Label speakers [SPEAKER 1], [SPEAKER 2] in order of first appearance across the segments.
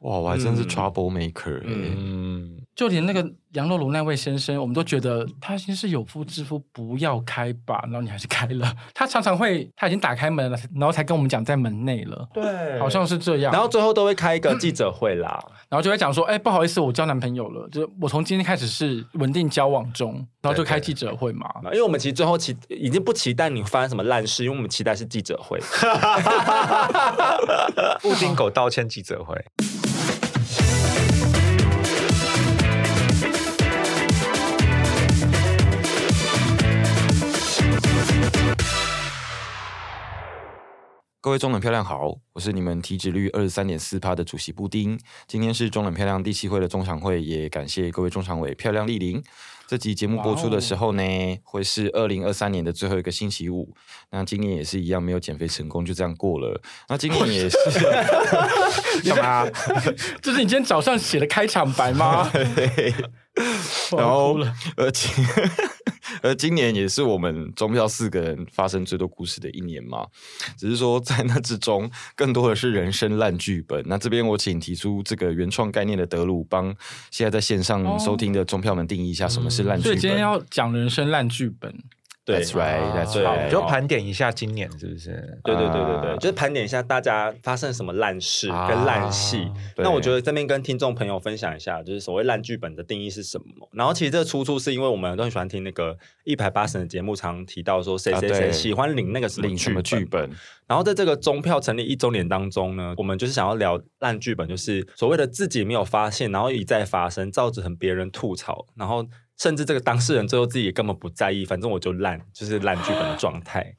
[SPEAKER 1] 哇，我还真是
[SPEAKER 2] 嗯
[SPEAKER 1] trouble maker 欸
[SPEAKER 3] 嗯，
[SPEAKER 2] 就连那个羊肉炉那位先生，我们都觉得他已经是有夫之妇，不要开吧。然后你还是开了。 他常常会，他已经打开门了，然后才跟我们讲在门内了，
[SPEAKER 3] 对，
[SPEAKER 2] 好像是这样。
[SPEAKER 3] 然后最后都会开一个记者会啦。
[SPEAKER 2] 然后就会讲说，哎、不好意思，我交男朋友了，就是我从今天开始是稳定交往中，然后就开记者会嘛。
[SPEAKER 3] 因为我们其实最后期已经不期待你发生什么烂事，因为我们期待是记者会。
[SPEAKER 4] 布丁狗道歉记者会，
[SPEAKER 1] 各位中冷漂亮好，我是你们体脂率二十三点四趴的主席布丁。今天是中冷漂亮第七会的中常会，也感谢各位中常委漂亮莅临。这集节目播出的时候呢，会是二零二三年的最后一个星期五。那今年也是一样，没有减肥成功，就这样过了。那今年也是干嘛、
[SPEAKER 2] 这是你今天早上写的开场白 吗？
[SPEAKER 1] 然
[SPEAKER 2] 我要
[SPEAKER 1] 后
[SPEAKER 2] 哭了，
[SPEAKER 1] 而今而今年也是我们中票四个人发生最多故事的一年嘛，只是说在那之中，更多的是人生烂剧本。那这边我请提出这个原创概念的德鲁，帮现在在线上收听的中票们定义一下什么是烂剧
[SPEAKER 2] 所
[SPEAKER 1] 本。
[SPEAKER 2] 以今天要讲人生烂剧本。
[SPEAKER 3] 对
[SPEAKER 1] That's
[SPEAKER 4] 哦
[SPEAKER 1] right, that's
[SPEAKER 3] 对
[SPEAKER 1] right。
[SPEAKER 4] 你就盘点一下今年是不是？
[SPEAKER 3] 对对对对对，
[SPEAKER 1] 啊
[SPEAKER 3] 就是盘点一下大家发生什么烂事跟烂戏。
[SPEAKER 4] 啊
[SPEAKER 1] 对
[SPEAKER 3] 那我觉得这边跟听众朋友分享一下，就是所谓烂剧本的定义是什么。然后其实这个出处是因为我们都很喜欢听那个一百八十的节目，常提到说谁
[SPEAKER 1] 啊
[SPEAKER 3] 谁
[SPEAKER 1] 对
[SPEAKER 3] 谁喜欢领那个什么
[SPEAKER 1] 领什么剧本？。
[SPEAKER 3] 然后在这个中票成立一周年当中呢，我们就是想要聊烂剧本，就是所谓的自己没有发现，然后一再发生，造成别人吐槽，然后甚至这个当事人最后自己也根本不在意，反正我就烂，就是烂剧本的状态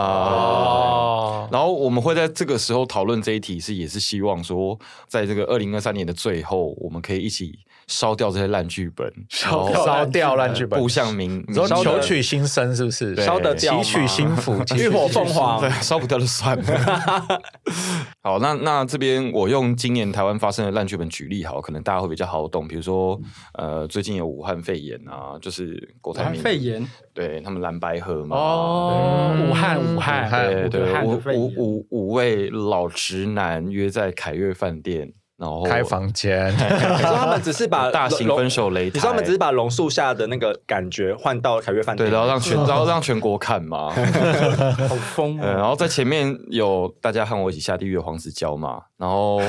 [SPEAKER 1] 啊。
[SPEAKER 4] 哦，
[SPEAKER 1] 然后我们会在这个时候讨论这一题，是也是希望说，在这个二零二三年的最后，我们可以一起烧掉这些烂剧本，
[SPEAKER 2] 烧
[SPEAKER 1] 然后
[SPEAKER 4] 哦烧掉
[SPEAKER 1] 呃
[SPEAKER 4] 烂剧本
[SPEAKER 1] 步，向明，
[SPEAKER 4] 你说
[SPEAKER 1] 烧
[SPEAKER 4] 求
[SPEAKER 1] 得
[SPEAKER 4] 取新生是不是？
[SPEAKER 1] 对
[SPEAKER 3] 烧得掉吗
[SPEAKER 4] 祈取心 福，祈取
[SPEAKER 3] 浴火凤凰
[SPEAKER 1] 对， 烧不掉就算了。 好，那那这边我用今年台湾发生的烂剧本举例好，可能大家会比较好懂。比如说，呃，最近有武汉肺炎啊，就是国
[SPEAKER 2] 武
[SPEAKER 1] 台
[SPEAKER 2] 汉
[SPEAKER 1] 民
[SPEAKER 2] 肺炎
[SPEAKER 1] 对他们蓝白河嘛。
[SPEAKER 2] 哦，武汉
[SPEAKER 4] 嗯
[SPEAKER 2] 武汉
[SPEAKER 1] 对
[SPEAKER 4] 武
[SPEAKER 1] 对，
[SPEAKER 2] 汉
[SPEAKER 1] 五
[SPEAKER 2] 的肺
[SPEAKER 1] 五
[SPEAKER 2] 炎
[SPEAKER 1] 五五位老直男约在凯悦饭店，然后
[SPEAKER 4] 开房 间，
[SPEAKER 3] 你说他们只是把
[SPEAKER 1] 大型
[SPEAKER 3] 龙
[SPEAKER 1] 分手擂台，
[SPEAKER 3] 你说他们只是把榕树下的那个感觉换到凯悦饭店，
[SPEAKER 1] 对，然后 让全然后让全国看 嘛。
[SPEAKER 2] 好疯
[SPEAKER 1] 呃，然
[SPEAKER 2] 哦，
[SPEAKER 1] 后在前面有大家和我一起下地狱的黄子佼嘛，然后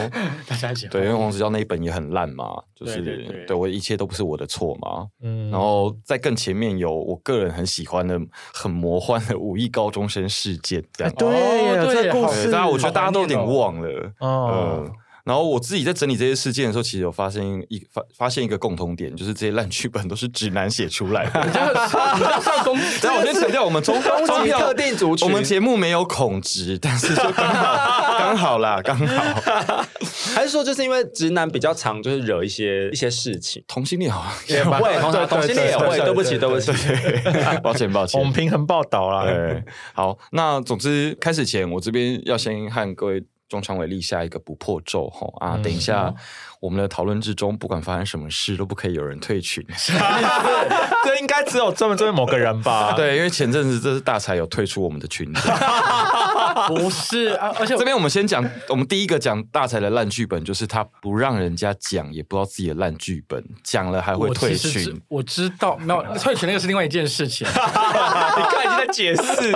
[SPEAKER 2] 大家一起
[SPEAKER 1] 对，因为黄子佼那一本也很烂嘛，就是
[SPEAKER 2] 对对对
[SPEAKER 1] 我一切都不是我的错嘛。
[SPEAKER 4] 嗯
[SPEAKER 1] 然后在更前面有我个人很喜欢的、很魔幻的武艺高中生事件，这样。
[SPEAKER 2] 哦
[SPEAKER 4] 对，有
[SPEAKER 2] 对
[SPEAKER 4] 这
[SPEAKER 2] 耶
[SPEAKER 4] 个故
[SPEAKER 2] 好
[SPEAKER 1] 对，
[SPEAKER 4] 事，
[SPEAKER 1] 大家我觉得大家都有点
[SPEAKER 2] 好怀念哦
[SPEAKER 1] 忘了，
[SPEAKER 4] 哦
[SPEAKER 1] 嗯。然后我自己在整理这些事件的时候，其实有发现一发发现一个共通点，就是这些烂剧本都是直男写出来的。
[SPEAKER 2] 上攻，
[SPEAKER 1] 然后我先强调，我们中中
[SPEAKER 3] 攻击
[SPEAKER 1] 票
[SPEAKER 3] 特定族群，
[SPEAKER 1] 我们节目没有孔直，但是就刚好刚好啦，刚好
[SPEAKER 3] 还是说就是因为直男比较常就是惹一些一些事情，
[SPEAKER 1] 同性恋好像
[SPEAKER 4] 也蛮
[SPEAKER 3] 会同
[SPEAKER 4] 对对
[SPEAKER 3] 同性恋也
[SPEAKER 4] 对
[SPEAKER 3] 会，对不起对不起，
[SPEAKER 1] 抱歉抱歉，
[SPEAKER 4] 我们平衡报道啦，
[SPEAKER 1] 对，哎好，那总之开始前，我这边要先和各位中常委立下一个不破咒吼啊，
[SPEAKER 2] 嗯
[SPEAKER 1] 等一下我们的讨论之中，不管发生什么事，都不可以有人退 群。
[SPEAKER 4] 这应该只有专门 针对某个人吧？，
[SPEAKER 1] 对，因为前阵子这是大才有退出我们的群组，
[SPEAKER 2] 不是啊，而且
[SPEAKER 1] 这边我们先讲，我们第一个讲大才的烂剧本，就是他不让人家讲，也不知道自己的烂剧本，讲了还会
[SPEAKER 2] 我
[SPEAKER 1] 退
[SPEAKER 2] 其 实知
[SPEAKER 1] 群。
[SPEAKER 2] 我知道没有退群那个是另外一件 事情，
[SPEAKER 4] 你看你在解释，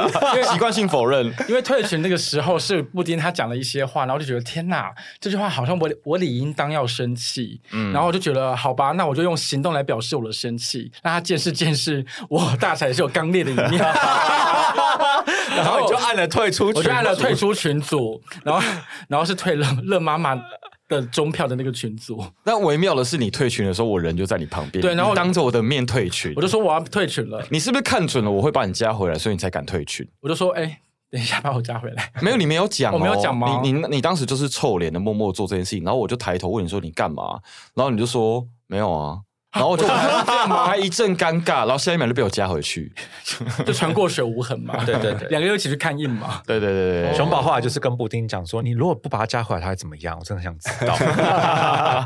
[SPEAKER 1] 习惯性否认，
[SPEAKER 2] 因为退群那个时候是布丁他讲了一些话，然后就觉得天哪，这句话好像我我理应当要生气，
[SPEAKER 1] 嗯
[SPEAKER 2] 然后我就觉得好吧，那我就用行动来表示我的生气，让他见识见识我大才是有刚烈的 一面，然
[SPEAKER 4] 然后你就按了退出群，
[SPEAKER 2] 我就按了退出群组，然后然后是退了乐妈妈的中票的那个群组，
[SPEAKER 1] 但微妙的是，你退群的时候，我人就在你旁边，
[SPEAKER 2] 对然后
[SPEAKER 1] 你当着我的面退群，
[SPEAKER 2] 我就说我要退群了，
[SPEAKER 1] 你是不是看准了我会把你加回来，所以你才敢退群？
[SPEAKER 2] 我就说哎、等一下把我加回 来，
[SPEAKER 1] 没有，你没有讲、哦，
[SPEAKER 2] 我没有讲吗
[SPEAKER 1] 你你你当时就是臭脸的默默做这件事情，然后我就抬头问你说你干嘛？然后你就说没有啊，然 后我就我还一阵尴尬，然后下一秒就被我加回去。
[SPEAKER 2] 就船过水无痕嘛。
[SPEAKER 1] 对对对
[SPEAKER 2] 两个人一起去看印 嘛。
[SPEAKER 1] 对对对对，
[SPEAKER 4] 熊宝后来就是跟布丁讲说，你如果不把他加回来，他会怎么样？我真的想知 道。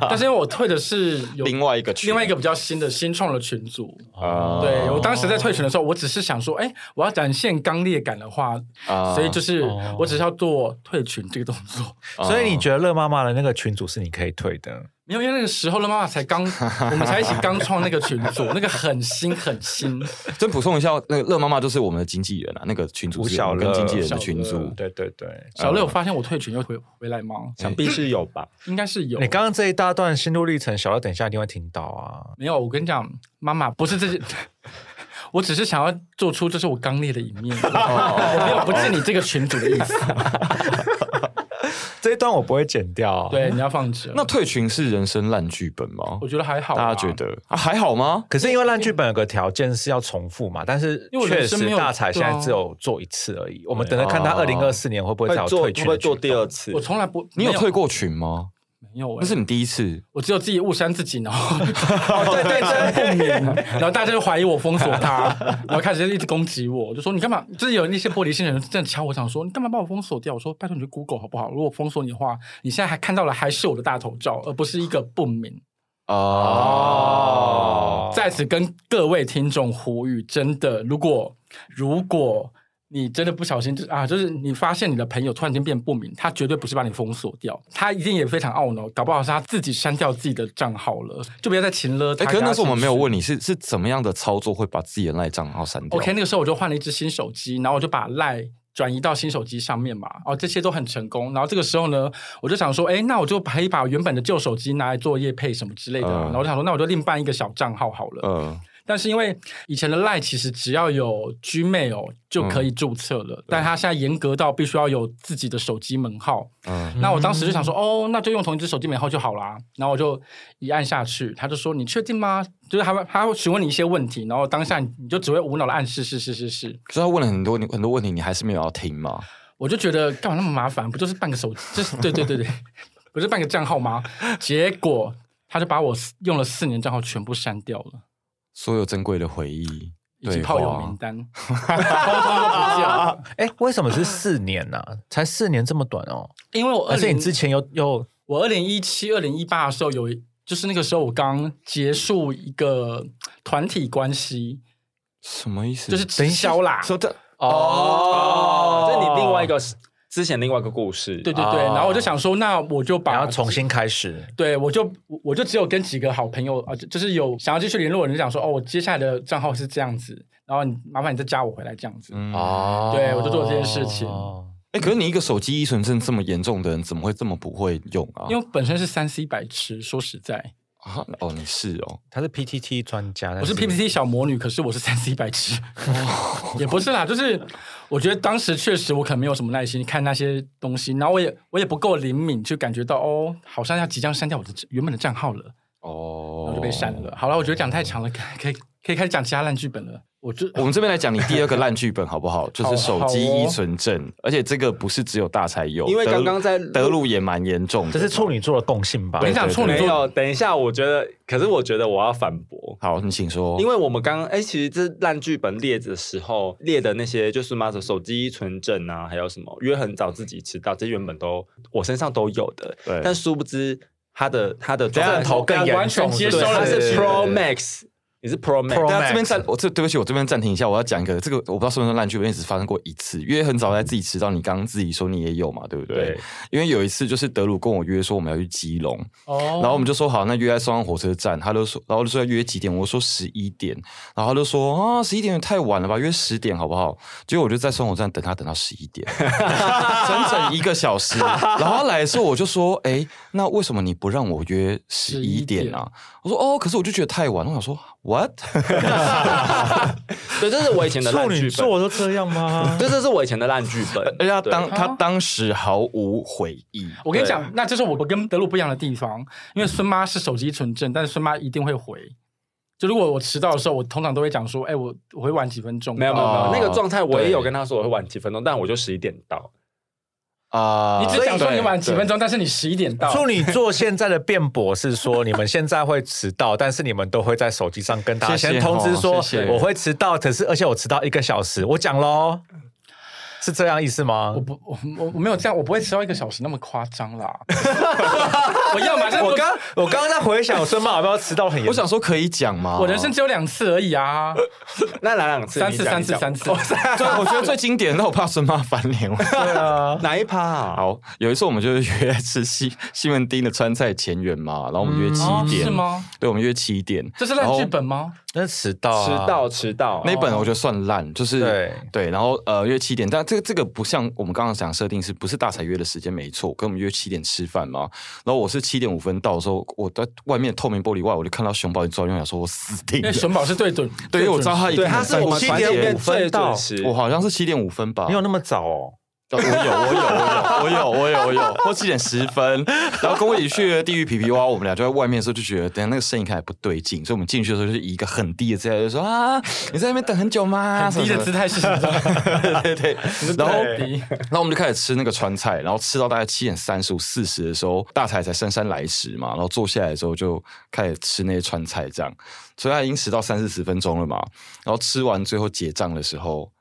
[SPEAKER 2] 但是因为我退的是有
[SPEAKER 1] 另外一个群
[SPEAKER 2] 另外一个比较新的新创的群组，
[SPEAKER 1] 啊
[SPEAKER 2] 对我当时在退群的时候，我只是想说，哎，我要展现刚烈感的话，
[SPEAKER 1] 啊
[SPEAKER 2] 所以就是
[SPEAKER 4] 哦
[SPEAKER 2] 我只是要做退群这个动作。
[SPEAKER 1] 啊
[SPEAKER 4] 所以你觉得乐妈妈的那个群主是你可以退的？
[SPEAKER 2] 没有，因为那个时候的妈妈 才刚，我们才一起刚创那个群组，那个很新很新。
[SPEAKER 1] 真补充一下，那个乐妈妈就是我们的经纪人啊，那个群主
[SPEAKER 4] 吴
[SPEAKER 1] 是
[SPEAKER 4] 小
[SPEAKER 1] 我们跟
[SPEAKER 4] 乐
[SPEAKER 1] 经纪人
[SPEAKER 2] 小
[SPEAKER 1] 的
[SPEAKER 2] 乐
[SPEAKER 1] 群主。
[SPEAKER 4] 对对对。
[SPEAKER 2] 小乐，我发现我退群又回回来吗？
[SPEAKER 3] 想必是有吧？
[SPEAKER 2] 应该是有。
[SPEAKER 4] 你刚刚这一大段心路历程，小乐等一下一定会听到啊。
[SPEAKER 2] 没有，我跟你讲，妈妈不是这些， 我只是想要做出就是我刚烈的一 面，
[SPEAKER 1] 哦
[SPEAKER 2] 我没有不是你这个群主的意思。
[SPEAKER 4] 这一段我不会剪掉、 哦
[SPEAKER 2] 对，。你要放着。
[SPEAKER 1] 那退群是人生烂剧本吗
[SPEAKER 2] 我？觉得还好，
[SPEAKER 1] 大家觉？得啊还好吗？
[SPEAKER 4] 可是因为烂剧本有个条件是要重复嘛，但是
[SPEAKER 2] 因为我
[SPEAKER 4] 确
[SPEAKER 2] 人生没
[SPEAKER 4] 实
[SPEAKER 2] 有
[SPEAKER 4] 大彩现
[SPEAKER 2] 对
[SPEAKER 4] 在
[SPEAKER 2] 啊
[SPEAKER 4] 只有做一次而已。我们等着看他
[SPEAKER 1] 哦
[SPEAKER 4] 二零二四年会不会再有
[SPEAKER 3] 做
[SPEAKER 4] 退
[SPEAKER 3] 会
[SPEAKER 4] 群
[SPEAKER 3] 不
[SPEAKER 4] 的
[SPEAKER 3] 会
[SPEAKER 4] 举动
[SPEAKER 3] 做第二次
[SPEAKER 2] 我？从来不，
[SPEAKER 1] 你有
[SPEAKER 2] 没
[SPEAKER 1] 退过群吗？
[SPEAKER 2] 没有？
[SPEAKER 1] 那
[SPEAKER 2] 哎
[SPEAKER 1] 是你哦第一次。
[SPEAKER 2] 我只有自己误删自己，然后对对对， 不 明，然后大家就怀疑我封锁他，然后开始就一直攻击我，就说你干嘛？就是有那些玻璃心的人真的敲我，想说你干嘛把我封锁掉？我说拜托你去 Google 好不好？如果封锁你的话，你现在还看到了还是我的大头照，而不是一个不明。
[SPEAKER 1] 啊哦，
[SPEAKER 2] 在此跟各位听众呼吁，真的，如果如果你真的不小心，就是啊，就是你发现你的朋友突然间变不明，他绝对不是把你封锁掉，他一定也非常懊恼，搞不好是他自己删掉自己的账号了，就不要再勤了。
[SPEAKER 1] 哎，可是那时候我们没有
[SPEAKER 2] 问。
[SPEAKER 1] 问你是是怎么样的操作会把自己的赖账号删掉
[SPEAKER 2] OK，那个时候我就换了一只新手机，然后我就把赖转移到新手机上面嘛。哦，这些都很成功。然后这个时候呢，我就想说，哎，那我就可以把原本的旧手机拿来做业配什么之类的
[SPEAKER 1] 嗯
[SPEAKER 2] 啊、然后我就想说，那我就另办一个小账号好了。
[SPEAKER 1] 嗯，
[SPEAKER 2] 但是因为以前的 Line 其实只要有 Gmail 就可以注册
[SPEAKER 1] 嗯
[SPEAKER 2] 了，但它现在严格到必须要有自己的手机门号。
[SPEAKER 1] 嗯
[SPEAKER 2] 那我当时就想说，哦，那就用同一只手机门号就好啦。然后我就一按下去，他就说你确定吗？就是他会他会询问你一些问题，然后当下你就只会无脑的暗示是是是是。
[SPEAKER 1] 所以他问了很多你很多问题，你还是没有要听吗？
[SPEAKER 2] 我就觉得干嘛那么麻烦？不就是办个手， 就是对对对对，不是办个账号吗？结果他就把我用了四年账号全部删掉了。
[SPEAKER 1] 所有珍贵的回忆，
[SPEAKER 2] 以及
[SPEAKER 1] 对
[SPEAKER 2] 炮友
[SPEAKER 1] 话
[SPEAKER 2] 名单，通通都不见了。
[SPEAKER 4] 哎、为什么是四年呢、才四年这么短哦，
[SPEAKER 2] 因为我
[SPEAKER 4] 而
[SPEAKER 2] 二
[SPEAKER 4] 且
[SPEAKER 2] 零
[SPEAKER 4] 你之前又又
[SPEAKER 2] 我二零一七、二零一八的时候有一，就是那个时候我刚结束一个团体关系，
[SPEAKER 1] 什么意思？
[SPEAKER 2] 就是
[SPEAKER 4] 等
[SPEAKER 2] 直
[SPEAKER 4] 一下
[SPEAKER 2] 销啦。
[SPEAKER 1] 说的
[SPEAKER 3] 哦，
[SPEAKER 4] 哦
[SPEAKER 3] 这是你另外一个之前另外一个故事，
[SPEAKER 2] 对对对，
[SPEAKER 4] 哦
[SPEAKER 2] 然后我就想说，那我就把
[SPEAKER 4] 然后重，新开始，
[SPEAKER 2] 对我就我我就只有跟几个好朋友啊，就就是有想要继续联络的人，就想说，哦，我接下来的账号是这样子，然后你麻烦你再加我回来这样子。
[SPEAKER 1] 嗯
[SPEAKER 4] 哦
[SPEAKER 2] 对我就做这件事情
[SPEAKER 1] 哎、可是你一个手机依存症这么严重的人，怎么会这么不会用啊？
[SPEAKER 2] 因为我本身是三 C 白痴，说实在，
[SPEAKER 1] 啊，哦，你是哦，
[SPEAKER 4] 他是 PTT 专家，
[SPEAKER 2] 我是
[SPEAKER 4] 但
[SPEAKER 2] PPT 小魔女，可是我是三 C 白痴，
[SPEAKER 3] 哦
[SPEAKER 2] 也不是啦，就是我觉得当时确实我可能没有什么耐心看那些东西，然后我也我也不够灵敏，就感觉到哦，好像要即将删掉我的原本的账号了，然
[SPEAKER 1] 哦
[SPEAKER 2] 后就被删。了。好了，我觉得讲太长了，可以可以可以开始讲其他烂剧本了。我就
[SPEAKER 3] 哦
[SPEAKER 1] 我们这边来讲你第二个烂剧本好不好？就是手机依存症，而且这个不是只有大才有，
[SPEAKER 3] 因为
[SPEAKER 1] 德
[SPEAKER 3] 刚刚在
[SPEAKER 1] 德鲁也蛮严重的。
[SPEAKER 4] 这是处女座的共性吧？
[SPEAKER 2] 我跟你讲，处女
[SPEAKER 3] 没
[SPEAKER 2] 座
[SPEAKER 3] 有，等一下，我觉得，可是我觉得我要反驳，
[SPEAKER 1] 好，你请说。
[SPEAKER 3] 因为我们刚刚哎，其实这烂剧本列的时候列的那些，就是嘛，手机存证啊，还有什么约很早自己迟到，这些原本都我身上都有的，
[SPEAKER 1] 对
[SPEAKER 3] 但殊不知他的他的
[SPEAKER 4] 这样头更严重，
[SPEAKER 2] 完全接
[SPEAKER 3] 对
[SPEAKER 2] 收
[SPEAKER 3] 他
[SPEAKER 2] 了
[SPEAKER 3] 是
[SPEAKER 2] 对
[SPEAKER 3] Pro Max，你是 Pro Max，
[SPEAKER 4] Pro
[SPEAKER 1] 大
[SPEAKER 4] Max
[SPEAKER 1] 家啊这边暂，我这对不起，我这边暂停一下，我要讲一个这个我不知道算不算烂剧本，因为只发生过一次。约很早在自己迟到，你刚刚自己说你也有嘛，对不对？
[SPEAKER 3] 对
[SPEAKER 1] 因为有一次就是德鲁跟我约说我们要去基隆，
[SPEAKER 2] 哦
[SPEAKER 1] 然后我们就说好，那约在松山火车站，他就说，然后就说要约几点，我说十一点，然后他就说啊十一点也太晚了吧，约十点好不好？结果我就在松火车站等他，等到十一点， 整整一个小时。然后他来的时候我就说，哎，那为什么你不让我约十一点啊？我说哦，可是我就觉得太晚，我想说 what？
[SPEAKER 3] 对，这是我以前的烂
[SPEAKER 4] 处
[SPEAKER 3] 剧
[SPEAKER 4] 女
[SPEAKER 3] 本，
[SPEAKER 4] 座都这样吗？
[SPEAKER 3] 对，这是我以前的烂剧本，
[SPEAKER 1] 而且他
[SPEAKER 3] 对
[SPEAKER 1] 当
[SPEAKER 2] 哦
[SPEAKER 1] 他当时毫无悔意，
[SPEAKER 2] 我跟你讲，那这是我我跟德鲁不一样的地方，因为孙妈是手机纯正，但是孙妈一定会回。就如果我迟到的时候，我通常都会讲说，哎、我我会晚几分钟到。
[SPEAKER 3] 没有没有没有
[SPEAKER 1] 哦，
[SPEAKER 3] 那个状态我也有
[SPEAKER 1] 对
[SPEAKER 3] 跟他说我会晚几分钟，但我就十一点到。
[SPEAKER 1] 啊
[SPEAKER 2] 你只讲说你晚几分
[SPEAKER 1] 钟，
[SPEAKER 2] 钟，但是你十一点到，
[SPEAKER 4] 处女座现在的辩驳是说，你们现在会迟到，但是你们都会在手机上跟大家
[SPEAKER 1] 谢谢
[SPEAKER 4] 先通知说
[SPEAKER 1] 哦谢谢
[SPEAKER 4] 我会迟到，可是而且我迟到一个小时，我讲喽，是这样意思吗
[SPEAKER 2] 我？不，我我我没有这样，我不会迟到一个小时那么夸张 啦。我要马上，
[SPEAKER 4] 我刚我刚刚在回想，我孙妈有没有迟到很严
[SPEAKER 1] 我
[SPEAKER 4] 重？
[SPEAKER 1] 想说可以讲嘛，
[SPEAKER 2] 我人生只有两次而已
[SPEAKER 1] 哦
[SPEAKER 2] 啊，
[SPEAKER 3] 那哪两次？
[SPEAKER 2] 三
[SPEAKER 3] 你
[SPEAKER 2] 次，
[SPEAKER 3] 讲
[SPEAKER 2] 三
[SPEAKER 3] 你
[SPEAKER 2] 次，
[SPEAKER 3] 讲
[SPEAKER 2] 三次。
[SPEAKER 1] 对，我觉得最经典，那我怕孙妈翻 脸。
[SPEAKER 4] 对啊，
[SPEAKER 3] 哪一趴啊？
[SPEAKER 1] 好，有一次我们就是约来吃西西门町的川菜前缘嘛，然后我们约七
[SPEAKER 2] 哦
[SPEAKER 1] 点，哦
[SPEAKER 2] 是？吗？
[SPEAKER 1] 对，我们约七点，
[SPEAKER 2] 这是
[SPEAKER 1] 然
[SPEAKER 2] 烂
[SPEAKER 1] 后
[SPEAKER 2] 剧本哦吗？
[SPEAKER 4] 那迟到啊
[SPEAKER 3] 迟到，迟到。
[SPEAKER 1] 哦那本我觉得算烂，就是
[SPEAKER 4] 对
[SPEAKER 1] 对，然后呃约七点，但这个这个不像我们刚刚讲设定是不是大才约的时间没错，跟我们约七点吃饭嘛。然后我是七点五分到的时候，我在外面透明玻璃外，我就看到熊宝一抓，就想说我死定
[SPEAKER 2] 因
[SPEAKER 1] 了
[SPEAKER 2] 为。熊宝是对准，
[SPEAKER 1] 对，因为我知道他一定
[SPEAKER 3] 对，他是
[SPEAKER 1] 在
[SPEAKER 3] 我们
[SPEAKER 1] 七
[SPEAKER 3] 团里
[SPEAKER 1] 点
[SPEAKER 3] 面
[SPEAKER 1] 五
[SPEAKER 3] 最
[SPEAKER 1] 分到
[SPEAKER 3] 准，时。
[SPEAKER 1] 我好像是七点五分吧。
[SPEAKER 4] 你有那么早哦？
[SPEAKER 1] 哦我有，我有，我有，我有，我有，我有，或七点十分，然后跟我一起去地狱皮皮蛙，我们俩就在外面的时候就觉得，等下那个声音看起来不对劲，所以我们进去的时候就是以一个很低的姿态，就说啊，你在那边等很久吗？
[SPEAKER 2] 很低的姿态是什么？
[SPEAKER 1] 态， 对对对。然后，
[SPEAKER 2] 低，
[SPEAKER 1] 然后我们就开始吃那个川菜，然后吃到大概七点三十五、四十的时候，大才才姗姗来迟嘛，然后坐下来的时候就开始吃那些川菜，这样，所以他已经迟到三四十分钟了嘛。然后吃完最后结账的时候，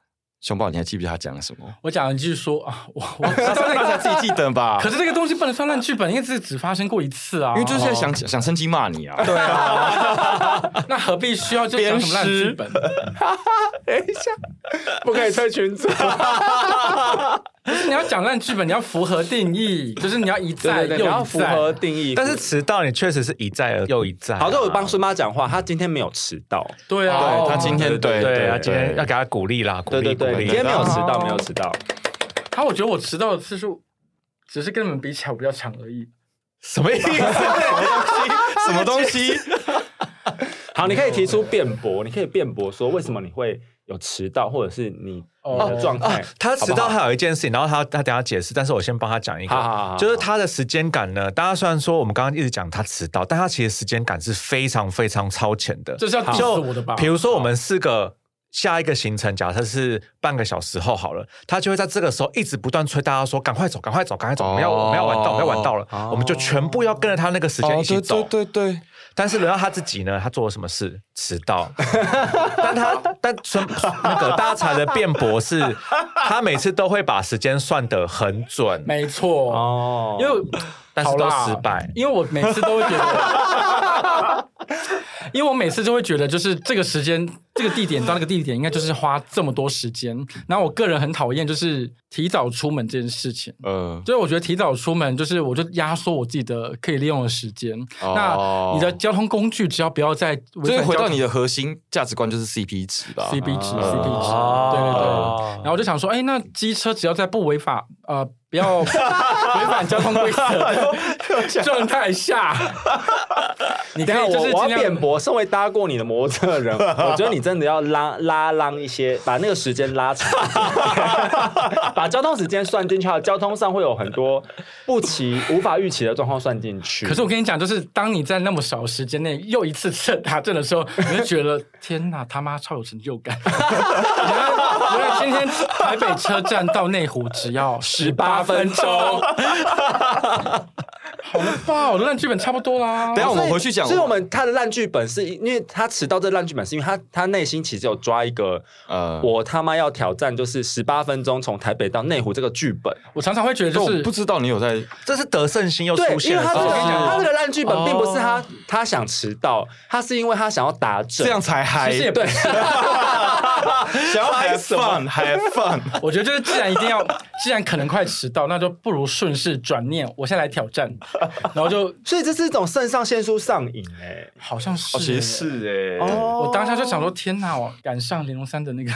[SPEAKER 1] 熊宝，你还记不记得他讲了什么？
[SPEAKER 2] 我讲一句说啊，我我知
[SPEAKER 1] 他
[SPEAKER 2] 道
[SPEAKER 1] 那个才自己记得吧？
[SPEAKER 2] 可是这个东西不能算烂剧本，因为这只发生过一次啊。
[SPEAKER 1] 因为就是在想、想趁机骂你啊。对啊，
[SPEAKER 2] 那何必需要就讲什么烂剧
[SPEAKER 1] 哦
[SPEAKER 2] 本？
[SPEAKER 3] 不可以退群组。
[SPEAKER 2] 就是你要讲烂剧本，你要符合定义，就是你要一再
[SPEAKER 3] 对对对，
[SPEAKER 2] 又
[SPEAKER 3] 你要
[SPEAKER 2] 一
[SPEAKER 3] 符
[SPEAKER 2] 再。
[SPEAKER 3] 合定义。
[SPEAKER 4] 但是迟到，你确实是一再而又一再啊。
[SPEAKER 3] 好在我帮孙妈讲话，她今天没有迟到。
[SPEAKER 2] 对啊，
[SPEAKER 1] 对他今天对
[SPEAKER 4] 对啊，今天要
[SPEAKER 1] 对
[SPEAKER 4] 给他鼓励啦，鼓
[SPEAKER 3] 对
[SPEAKER 4] 励
[SPEAKER 3] 对
[SPEAKER 4] 鼓
[SPEAKER 3] 对，你今
[SPEAKER 4] 励
[SPEAKER 3] 天。没有迟到，
[SPEAKER 2] 哦
[SPEAKER 3] 没有迟到。
[SPEAKER 2] 他我觉得我迟到的次数，只是跟你们比起来我比较长而已。
[SPEAKER 4] 什么意思？
[SPEAKER 1] 什么东西？
[SPEAKER 3] 好，你可以提出辩驳，你可以辩驳说为什么你会有迟到，或者是你你
[SPEAKER 2] 哦
[SPEAKER 3] 的状态。
[SPEAKER 4] 啊他迟到
[SPEAKER 3] 好不好
[SPEAKER 4] 还有一件事情，然后他他等下解释，但是我先帮他讲一
[SPEAKER 3] 好好好
[SPEAKER 4] 个
[SPEAKER 3] 好，
[SPEAKER 2] 啊
[SPEAKER 4] 就是他的时间感呢。大家虽然说我们刚刚一直讲他迟到，但他其实时间感是非常非常超前的。
[SPEAKER 2] 这是要 diss
[SPEAKER 4] 就
[SPEAKER 2] 我的吧
[SPEAKER 4] 比如说我们四个。下一个行程，假设是半个小时后好了，他就会在这个时候一直不断催大家说：“赶快走，赶快走，赶快走！我们要
[SPEAKER 1] 哦
[SPEAKER 4] 我们要晚到，我们要晚到了！”
[SPEAKER 3] 哦
[SPEAKER 4] 我们就全部要跟着他那个时间一起
[SPEAKER 2] 哦
[SPEAKER 4] 走。
[SPEAKER 1] 哦对对，
[SPEAKER 4] 但是轮到他自己呢，他做了什么事？迟 到。但他但孙那个大才的辩驳是，他每次都会把时间算得很准，
[SPEAKER 2] 没错，
[SPEAKER 3] 哦，
[SPEAKER 2] 因为
[SPEAKER 4] 但是
[SPEAKER 2] 好
[SPEAKER 4] 都
[SPEAKER 2] 啦
[SPEAKER 4] 失败。
[SPEAKER 2] 因为我每次都会觉得，因为我每次就会觉得，就是这个时间、这个地点到那个地点，应该就是花这么多时间。然后我个人很讨厌就是提早出门这件事情。
[SPEAKER 1] 呃，
[SPEAKER 2] 所以我觉得提早出门，就是我就压缩我自己的可以利用的时间。
[SPEAKER 1] 哦
[SPEAKER 2] 那你的交通工具只要不要再
[SPEAKER 1] 嗯所
[SPEAKER 2] 违
[SPEAKER 1] 以
[SPEAKER 2] 反
[SPEAKER 1] 回
[SPEAKER 2] 交
[SPEAKER 1] 到
[SPEAKER 2] 通
[SPEAKER 1] 你的核心价值观就是 CP 值吧。
[SPEAKER 2] CP 值
[SPEAKER 3] 啊
[SPEAKER 2] ，CP 值，
[SPEAKER 4] 哦
[SPEAKER 2] 对对对。然后我就想说，哎，那机车只要在不违法呃 不要违反交通规则的状 态下，你可
[SPEAKER 3] 等一下
[SPEAKER 2] 以就
[SPEAKER 3] 我
[SPEAKER 2] 是
[SPEAKER 3] 我
[SPEAKER 2] 尽
[SPEAKER 3] 要辩
[SPEAKER 2] 量。
[SPEAKER 3] 驳，身为搭过你的摩托车的人，我觉得你真的要拉拉浪一些，把那个时间拉长，把交通时间算进去，还有交通上会有很多不期无法预期的状况算进去。
[SPEAKER 1] 嗯
[SPEAKER 2] 可是我跟你讲，就是当你在那么少时间内又一次次打阵的时候，你就觉得天哪，他妈超有成就感！ 原来原来今天台北车站到内湖只要十八分钟，好 了吧，我的烂剧本差不多啦。
[SPEAKER 1] 等一下我们回去讲
[SPEAKER 3] 所以我们他的烂剧本是因为他迟到，这烂剧本是因为他他内心其实有抓一个，
[SPEAKER 1] 呃，
[SPEAKER 3] 我他妈要挑战就是十八分钟从台北到内湖这个剧本。
[SPEAKER 2] 我常常会觉得
[SPEAKER 1] 就
[SPEAKER 2] 就是
[SPEAKER 1] 我不知道你有在
[SPEAKER 4] 这是得胜心又
[SPEAKER 3] 对，
[SPEAKER 4] 出
[SPEAKER 3] 因
[SPEAKER 4] 现
[SPEAKER 3] 为
[SPEAKER 4] 了。
[SPEAKER 3] 他这个
[SPEAKER 4] 是不是
[SPEAKER 3] 他这个烂剧本并不是他他想迟到，他是因为他想要打整
[SPEAKER 1] 这样才嗨
[SPEAKER 2] 其，实也不
[SPEAKER 3] 对。
[SPEAKER 1] 想要
[SPEAKER 4] 嗨
[SPEAKER 1] have
[SPEAKER 4] 什么
[SPEAKER 1] fun，have fun。
[SPEAKER 2] 我觉得就是，既然一定要，既然可能快迟到，那就不如顺势转念，我先来挑战，然后就
[SPEAKER 3] 所以这是一种肾上腺素上瘾哎、
[SPEAKER 2] 好像是、
[SPEAKER 1] 哦，其实。是哎，
[SPEAKER 3] 哦
[SPEAKER 2] 我当下就想说，天哪！我赶上林龙三的那个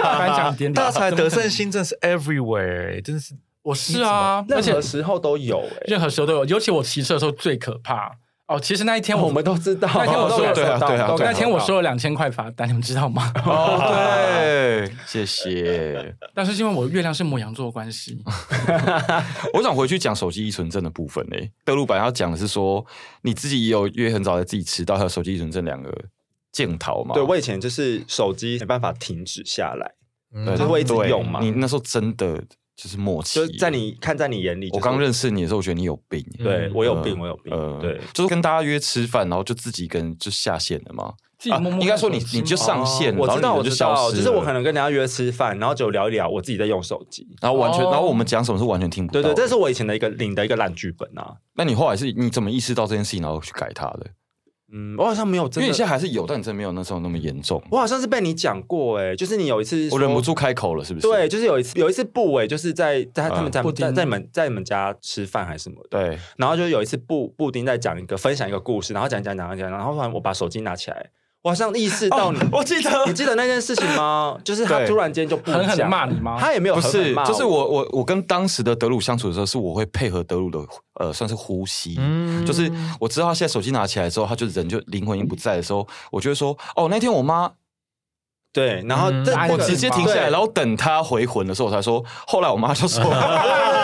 [SPEAKER 2] 颁奖典礼，
[SPEAKER 4] 大才得
[SPEAKER 2] 怎么可
[SPEAKER 4] 胜
[SPEAKER 2] 能，啊
[SPEAKER 4] 心真是 everywhere，真哎是
[SPEAKER 2] 我是啊，而
[SPEAKER 3] 任
[SPEAKER 2] 且
[SPEAKER 3] 何时候都有哎、
[SPEAKER 2] 任何时候都有，尤其我骑车的时候最可怕哦。其实那一天
[SPEAKER 3] 哦
[SPEAKER 2] 我
[SPEAKER 3] 我们都知道，
[SPEAKER 2] 那天 我
[SPEAKER 3] 都
[SPEAKER 2] 说
[SPEAKER 3] 感受
[SPEAKER 1] 对
[SPEAKER 3] 到
[SPEAKER 1] 啊对啊对啊
[SPEAKER 3] 都
[SPEAKER 2] 那
[SPEAKER 3] 感受
[SPEAKER 2] 天我
[SPEAKER 3] 到
[SPEAKER 2] 收了两千块罚单，你们知道吗？
[SPEAKER 1] 哦对，谢谢。
[SPEAKER 2] 但是因为我月亮是母羊座的关系，
[SPEAKER 1] 我想回去讲手机依存症的部分诶、德鲁版要讲的是说，你自己也有约很早的自己迟到，还有手机依存症两个检讨嘛？
[SPEAKER 3] 对我以前就是手机没办法停止下来，
[SPEAKER 1] 对
[SPEAKER 4] 嗯
[SPEAKER 3] 它会一直
[SPEAKER 1] 对
[SPEAKER 3] 用嘛
[SPEAKER 1] 你那时候真的就是默契，
[SPEAKER 3] 就是在你看在你眼里，
[SPEAKER 1] 我刚认识你的时候，我觉得你有病。
[SPEAKER 3] 对
[SPEAKER 4] 嗯
[SPEAKER 3] 我有
[SPEAKER 1] 呃
[SPEAKER 3] 病，我有病，对。
[SPEAKER 1] 就是跟大家约吃饭，然后就自己一个人就下线了嘛。
[SPEAKER 2] 自己默默
[SPEAKER 1] 应该说你
[SPEAKER 2] 看手机
[SPEAKER 1] 你就上线，
[SPEAKER 3] 哦我
[SPEAKER 1] 然
[SPEAKER 3] 知道，
[SPEAKER 1] 后
[SPEAKER 3] 我
[SPEAKER 1] 你就
[SPEAKER 3] 知
[SPEAKER 1] 消
[SPEAKER 3] 道，
[SPEAKER 1] 失了，
[SPEAKER 3] 就是我可能跟人家约吃饭，然后就聊一聊，我自己在用手机。
[SPEAKER 1] 然后完全，
[SPEAKER 2] 哦
[SPEAKER 1] 然后我们讲什么是完全听不到
[SPEAKER 3] 对
[SPEAKER 1] 的。
[SPEAKER 3] 对，这是我以前的一个领的一个烂剧本啊。
[SPEAKER 1] 那你后来是你怎么意识到这件事情，然后去改它的？
[SPEAKER 3] 嗯，我好像没有
[SPEAKER 1] 因
[SPEAKER 3] 真
[SPEAKER 1] 为你现
[SPEAKER 3] 的，
[SPEAKER 1] 在还是有，但你真的没有那时候那么严重。
[SPEAKER 3] 我好像是被你讲过哎、就是你有一次
[SPEAKER 1] 我忍不
[SPEAKER 3] 说。
[SPEAKER 1] 住开口了，是嗯不是？
[SPEAKER 3] 对，就是有一次，有一次布尾就是在在他们在
[SPEAKER 2] 布
[SPEAKER 3] 在
[SPEAKER 2] 丁
[SPEAKER 3] 在你们在你们家吃饭还是什么的，
[SPEAKER 1] 对，
[SPEAKER 3] 然后就有一次布布丁在讲一个分享一个故事，然后讲讲讲讲，然后突然我把手机拿起来，我好像意识
[SPEAKER 2] 哦
[SPEAKER 3] 到你，
[SPEAKER 4] 我记得
[SPEAKER 3] 你记得那件事情吗？就是他
[SPEAKER 1] 对
[SPEAKER 3] 突然间就不
[SPEAKER 2] 哦狠狠地
[SPEAKER 3] 讲
[SPEAKER 2] 骂你吗
[SPEAKER 3] 他也没有
[SPEAKER 1] 不
[SPEAKER 3] 狠狠
[SPEAKER 1] 是，
[SPEAKER 3] 骂
[SPEAKER 1] 就是我我我跟当时的德鲁相处的时候，是我会配合德鲁的呃，算是呼吸，
[SPEAKER 4] 嗯
[SPEAKER 1] 就是我知道他现在手机拿起来之后，他就人就灵魂已经不在的时候，我就会说哦，那天我妈
[SPEAKER 3] 对，然后这、
[SPEAKER 2] 嗯
[SPEAKER 3] 这
[SPEAKER 1] 我
[SPEAKER 3] 个
[SPEAKER 1] 直 接停下来，
[SPEAKER 3] 对
[SPEAKER 1] 然后等她回魂的时候，我才说，后来我妈就说。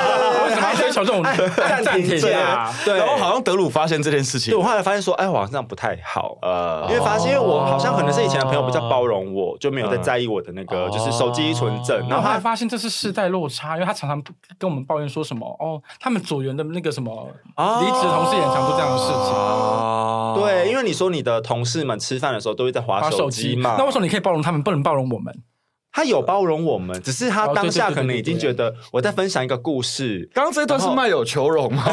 [SPEAKER 2] 为什么要追求这种
[SPEAKER 3] 哎
[SPEAKER 2] 暂停
[SPEAKER 3] 对
[SPEAKER 2] 啊？
[SPEAKER 3] 对，
[SPEAKER 1] 然后好像德鲁发现这件事情
[SPEAKER 3] 对，我后来发现说，哎，我好像这样不太好。
[SPEAKER 1] 呃
[SPEAKER 3] 因为发现，因为我好像可能是以前的朋友
[SPEAKER 4] 哦
[SPEAKER 3] 比较包容我，就没
[SPEAKER 1] 哦
[SPEAKER 3] 有在在意我的那个，
[SPEAKER 4] 嗯
[SPEAKER 3] 就是手机依存症。然
[SPEAKER 2] 然
[SPEAKER 3] 后
[SPEAKER 2] 后还
[SPEAKER 3] 他
[SPEAKER 2] 发现这是世代落差，因为他常常跟我们抱怨说什么哦，他们组员的那个什么
[SPEAKER 3] 哦
[SPEAKER 2] 离职同事也常做这样的事情，
[SPEAKER 1] 啊
[SPEAKER 3] 对，因为你说你的同事们吃饭的时候都会在划
[SPEAKER 2] 划
[SPEAKER 3] 手
[SPEAKER 2] 手
[SPEAKER 3] 机
[SPEAKER 2] 机
[SPEAKER 3] 嘛，
[SPEAKER 2] 那为什么你可以包容他们，不能包容我们？
[SPEAKER 3] 他有包容我们，只是他
[SPEAKER 2] 哦对
[SPEAKER 3] 当下
[SPEAKER 2] 对对
[SPEAKER 3] 可能
[SPEAKER 2] 对
[SPEAKER 3] 已经
[SPEAKER 2] 对
[SPEAKER 3] 觉得我在分享一个故事。
[SPEAKER 1] 刚刚这段是卖友求荣吗？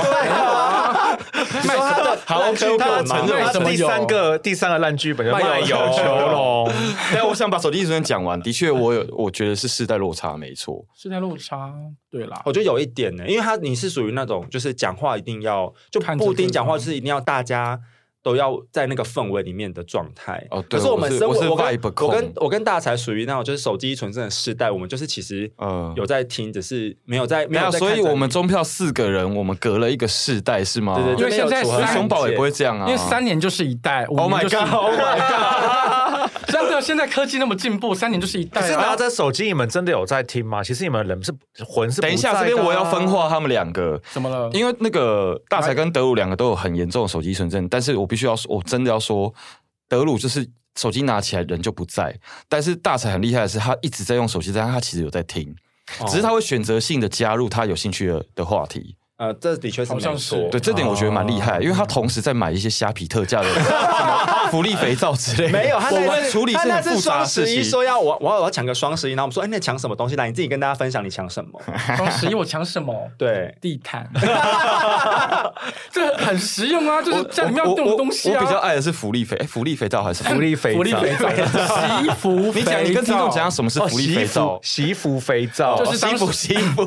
[SPEAKER 3] 你说他的
[SPEAKER 1] 好
[SPEAKER 3] 烂
[SPEAKER 1] ，OK，OK，
[SPEAKER 3] 剧
[SPEAKER 1] 我
[SPEAKER 3] 本
[SPEAKER 1] 承
[SPEAKER 3] 吗？
[SPEAKER 1] 认
[SPEAKER 4] 那
[SPEAKER 2] 什么
[SPEAKER 4] 第
[SPEAKER 2] 有
[SPEAKER 4] 三个第三个烂剧本就
[SPEAKER 3] 卖
[SPEAKER 4] 卖
[SPEAKER 3] 友
[SPEAKER 4] 友
[SPEAKER 3] 求
[SPEAKER 4] 求荣，
[SPEAKER 1] 但啊我想把手机一瞬间讲完。的确，我有，我觉得是世代落差，没错。
[SPEAKER 2] 世代落差，对啦，
[SPEAKER 1] 哦
[SPEAKER 3] 我觉得有一点呢，因为他你是属于那种就是讲话一定要就
[SPEAKER 2] 看着
[SPEAKER 3] 布丁
[SPEAKER 2] 对
[SPEAKER 3] 讲话
[SPEAKER 2] 方
[SPEAKER 3] 就是一定要大家。都要在那个氛围里面的状态。
[SPEAKER 1] 哦
[SPEAKER 3] 可
[SPEAKER 1] 对
[SPEAKER 3] 是我
[SPEAKER 1] 我
[SPEAKER 3] 们
[SPEAKER 1] 是
[SPEAKER 3] 生活，
[SPEAKER 1] 我是
[SPEAKER 3] 我跟
[SPEAKER 1] vibe
[SPEAKER 3] 我跟
[SPEAKER 1] 控
[SPEAKER 3] 我跟大才属于那种就是手机依存症的世代，我们就是其实
[SPEAKER 1] 嗯
[SPEAKER 3] 有在听，只是没有在没
[SPEAKER 1] 没有，
[SPEAKER 3] 有在看
[SPEAKER 1] 所
[SPEAKER 3] 着你。
[SPEAKER 1] 以我们中票四个人，我们隔了一个世代是吗？
[SPEAKER 3] 对对，
[SPEAKER 2] 因为
[SPEAKER 3] 这边有
[SPEAKER 2] 现在
[SPEAKER 3] 组合
[SPEAKER 1] 所以
[SPEAKER 2] 三
[SPEAKER 1] 熊宝也不会这样啊，
[SPEAKER 2] 因为三年就是一代五
[SPEAKER 1] Oh
[SPEAKER 2] 年
[SPEAKER 1] my
[SPEAKER 2] 就是一代
[SPEAKER 1] God，Oh
[SPEAKER 2] 真的，现在科技那么进步，三年就是一代
[SPEAKER 4] 可
[SPEAKER 2] 啊。
[SPEAKER 4] 是拿着手机，你们真的有在听吗？其实你们人是魂是不
[SPEAKER 1] 等一下，
[SPEAKER 4] 在
[SPEAKER 1] 这
[SPEAKER 4] 的
[SPEAKER 1] 边我
[SPEAKER 4] 啊
[SPEAKER 1] 要分化他们两个。
[SPEAKER 2] 怎么了？
[SPEAKER 1] 因为那个大才跟德鲁两个都有很严重的手机存症，但是我必须要说，我真的要说，德鲁就是手机拿起来人就不在，但是大才很厉害的是，他一直在用手机，但他其实有在听，
[SPEAKER 2] 哦
[SPEAKER 3] 哦
[SPEAKER 1] 只是他会选择性的加入他有兴趣的的话题。
[SPEAKER 3] 呃，这的确是
[SPEAKER 2] 好像
[SPEAKER 3] 没
[SPEAKER 2] 是
[SPEAKER 3] 错
[SPEAKER 1] 对，这点我觉得蛮厉害，
[SPEAKER 3] 哦
[SPEAKER 1] 因为他同时在买一些虾皮特价的什么福利肥皂之类的，
[SPEAKER 3] 哦没有，他
[SPEAKER 1] 我
[SPEAKER 3] 那
[SPEAKER 1] 们
[SPEAKER 3] 次
[SPEAKER 1] 处理
[SPEAKER 3] 他
[SPEAKER 1] 是
[SPEAKER 3] 那
[SPEAKER 1] 很
[SPEAKER 3] 次
[SPEAKER 1] 复杂
[SPEAKER 3] 双
[SPEAKER 1] 的事
[SPEAKER 3] 十一说
[SPEAKER 1] 情。
[SPEAKER 3] 要我我我要抢个双十一，然后我们说哎，那抢什么东西来？你自己跟大家分享你抢什 么？？
[SPEAKER 2] 双十一我抢什么
[SPEAKER 3] 对，
[SPEAKER 2] 地毯， 这很实用啊，就是 家里面要
[SPEAKER 1] 我
[SPEAKER 2] 用的东西
[SPEAKER 1] 我
[SPEAKER 2] 啊。
[SPEAKER 1] 比较爱的是福利肥，哎，福利肥皂还是
[SPEAKER 4] 福利肥皂
[SPEAKER 2] 福利肥皂、洗衣服
[SPEAKER 1] 你
[SPEAKER 2] 肥皂，
[SPEAKER 1] 讲，你跟听众讲什么是
[SPEAKER 4] 哦
[SPEAKER 1] 福利肥皂？
[SPEAKER 4] 洗衣服洗衣服肥皂，
[SPEAKER 2] 就是
[SPEAKER 1] 西
[SPEAKER 2] 当
[SPEAKER 1] 服
[SPEAKER 2] 时
[SPEAKER 1] 西服，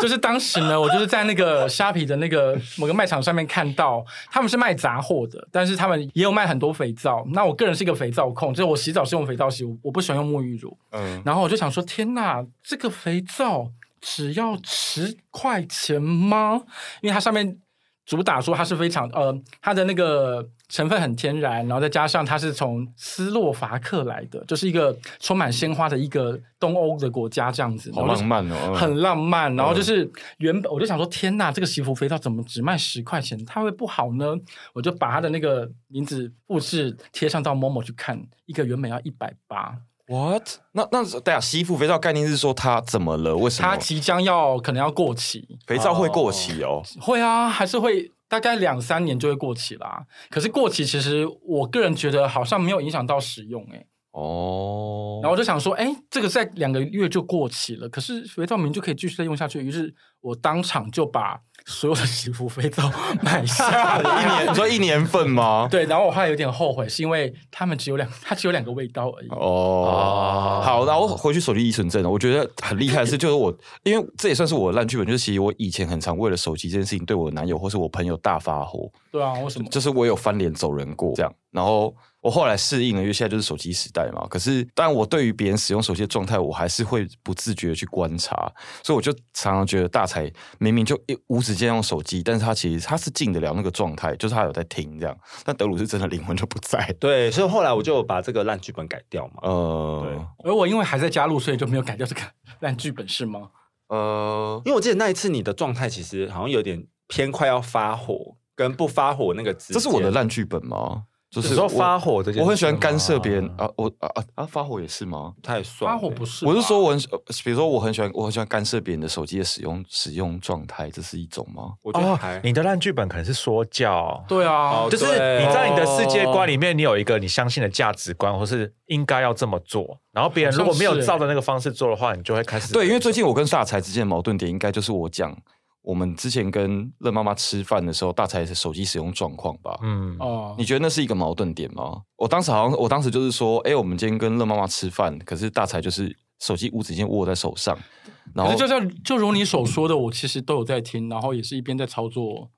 [SPEAKER 2] 就是当时呢，我就是在那个虾皮的那个某个卖场上面看到，他们是卖杂货的，但是他们也有卖很多肥皂。那我个人是一个肥皂控，就是我洗澡是用肥皂洗，我我不喜欢用沐浴乳。
[SPEAKER 1] 嗯，
[SPEAKER 2] 然后我就想说，天哪，这个肥皂只要十块钱吗？因为它上面主打说它是非常呃，它的那个成分很天然，然后再加上它是从斯洛伐克来的，就是一个充满鲜花的一个东欧的国家这样子，
[SPEAKER 1] 好
[SPEAKER 2] 然后就
[SPEAKER 1] 浪漫哦，
[SPEAKER 2] 很浪漫。然后
[SPEAKER 1] 嗯
[SPEAKER 2] 就是原本我就想说，天呐，这个洗服肥皂怎么只卖十块钱？它会不好呢？我就把它的那个名字复制贴上到某某去看，一个原本要一百八，
[SPEAKER 1] what？那那是对啊，西服肥皂概念是说它怎么了？为什
[SPEAKER 2] 它
[SPEAKER 1] 么
[SPEAKER 2] 即将要可能要过期，
[SPEAKER 1] 肥皂会过期哦？
[SPEAKER 2] 会啊，还是会。大概两三年就会过期啦，可是过期其实我个人觉得好像没有影响到使用诶、
[SPEAKER 1] 哦，
[SPEAKER 2] 然后我就想说，哎，这个在两个月就过期了，可是肥皂明明就可以继续再用下去，于是我当场就把所有的洗肤肥皂 买下来，
[SPEAKER 1] 一年，你说一年份 吗？
[SPEAKER 2] 对，然后我后来有点后悔，是因为他们只有两，它只有两个味道而已。
[SPEAKER 1] 哦
[SPEAKER 2] 啊
[SPEAKER 4] 哦，
[SPEAKER 1] 好，然后回去手机依存症了，哦我觉得很厉害的是，就是我， 因为这也算是我的烂剧本，就是其实我以前很常为了手机这件事情对我男友或是我朋友大发火，
[SPEAKER 2] 对啊，为什么？
[SPEAKER 1] 就是我有翻脸走人过这样，然后我后来适应了，因为现在就是手机时代嘛。可是，但我对于别人使用手机的状态，我还是会不自觉的去观察，所以我就常常觉得大才明明就一无止境用手机，但是他其实他是进得了那个状态，就是他有在听这样。但德鲁是真的灵魂就不在，
[SPEAKER 3] 对，所以后来我就把这个烂剧本改掉嘛。
[SPEAKER 1] 呃
[SPEAKER 2] 而我因为还在加入，所以就没有改掉这个 烂剧本是吗？
[SPEAKER 1] 呃，
[SPEAKER 3] 因为我记得那一次你的状态其实好像有点偏快要发火，跟不发火那个之间
[SPEAKER 1] 这是我的烂剧本吗？就是
[SPEAKER 4] 你说
[SPEAKER 1] 我
[SPEAKER 4] 发火这件事吗，
[SPEAKER 1] 我很喜欢干涉别人啊，我啊啊啊，发火也是吗？
[SPEAKER 3] 太欸爽
[SPEAKER 2] 发
[SPEAKER 3] 了。
[SPEAKER 2] 火不是吧？
[SPEAKER 1] 啊我是说我很喜，呃比如说我很喜欢，我很喜欢干涉别人的手机的使用使用状态，这是一种吗？
[SPEAKER 3] 我觉得
[SPEAKER 4] 哦
[SPEAKER 3] 还，
[SPEAKER 4] 你的烂剧本可能是说教，
[SPEAKER 2] 对啊
[SPEAKER 3] 哦，
[SPEAKER 4] 就是
[SPEAKER 3] 对
[SPEAKER 4] 你在你的世界观里面，你有一个你相信的价值观，或是应该要这么做，然后别人如果没有照着那个方式做的话，你就会开始
[SPEAKER 1] 对，因为最近我跟大才之间的矛盾点，应该就是我讲我们之前跟乐妈妈吃饭的时候，大才的手机使用状况吧。
[SPEAKER 4] 嗯
[SPEAKER 2] 哦
[SPEAKER 1] 你，觉得那是一个矛盾点吗？我当时好像，我当时就是说，哎、我们今天跟乐妈妈吃饭，可是大才就是手机无止境握在手上，然后
[SPEAKER 2] 可是就像就如你所说的，我其实都有在听，然后也是一边在操作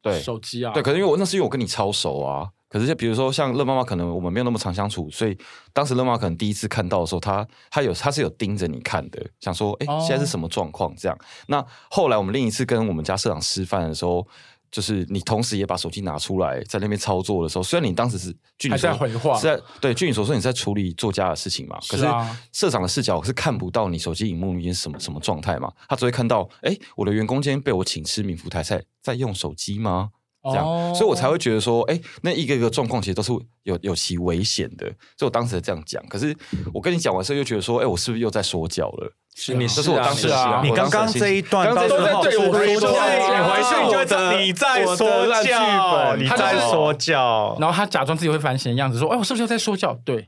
[SPEAKER 1] 对
[SPEAKER 2] 手机啊，
[SPEAKER 1] 对，可是因为我那是因为我跟你超熟啊。可是就比如说像乐妈妈，可能我们没有那么常相处，所以当时乐妈妈可能第一次看到的时候，她她有她是有盯着你看的，想说哎、诶
[SPEAKER 2] 哦
[SPEAKER 1] 现在是什么状况这样。那后来我们另一次跟我们家社长吃饭的时候。就是你同时也把手机拿出来，在那边操作的时候，虽然你当时是据你
[SPEAKER 2] 还
[SPEAKER 1] 所
[SPEAKER 2] 在回话
[SPEAKER 1] 是在对据你所说你是在处理作家的事情嘛，可
[SPEAKER 2] 是
[SPEAKER 1] 是
[SPEAKER 2] 啊
[SPEAKER 1] 社长的视角是看不到你手机荧幕里面是什么什么状态嘛，他只会看到哎、诶我的员工今天被我请吃民福台菜，在用手机吗？这样，
[SPEAKER 2] 哦
[SPEAKER 1] 所以我才会觉得说，哎、那一个一个状况其实都是有有其危险的，所以我当时这样讲。可是我跟你讲完之后，又觉得说，哎、我是不是又在说教了？
[SPEAKER 2] 是
[SPEAKER 3] 你
[SPEAKER 1] 这
[SPEAKER 3] 是
[SPEAKER 1] 是我
[SPEAKER 3] 啊
[SPEAKER 1] 当时
[SPEAKER 3] 是
[SPEAKER 1] 的
[SPEAKER 3] 啊
[SPEAKER 1] 心
[SPEAKER 3] 你
[SPEAKER 1] 我当时的
[SPEAKER 4] 刚刚
[SPEAKER 1] 心
[SPEAKER 4] 这一段
[SPEAKER 1] 刚刚
[SPEAKER 4] 到
[SPEAKER 1] 这
[SPEAKER 4] 最后
[SPEAKER 1] 一段
[SPEAKER 2] 对我
[SPEAKER 1] 是
[SPEAKER 2] 说教
[SPEAKER 1] 对
[SPEAKER 4] 你回去
[SPEAKER 1] 我
[SPEAKER 4] 你就
[SPEAKER 1] 的
[SPEAKER 4] 会知道你在
[SPEAKER 1] 我的
[SPEAKER 4] 说
[SPEAKER 1] 烂剧
[SPEAKER 4] 教，
[SPEAKER 1] 本
[SPEAKER 4] 你
[SPEAKER 2] 他就
[SPEAKER 4] 在
[SPEAKER 2] 是
[SPEAKER 4] 说教，
[SPEAKER 2] 然后他假装自己会反省的样子，说：“哎，我是不是又在说教？”对，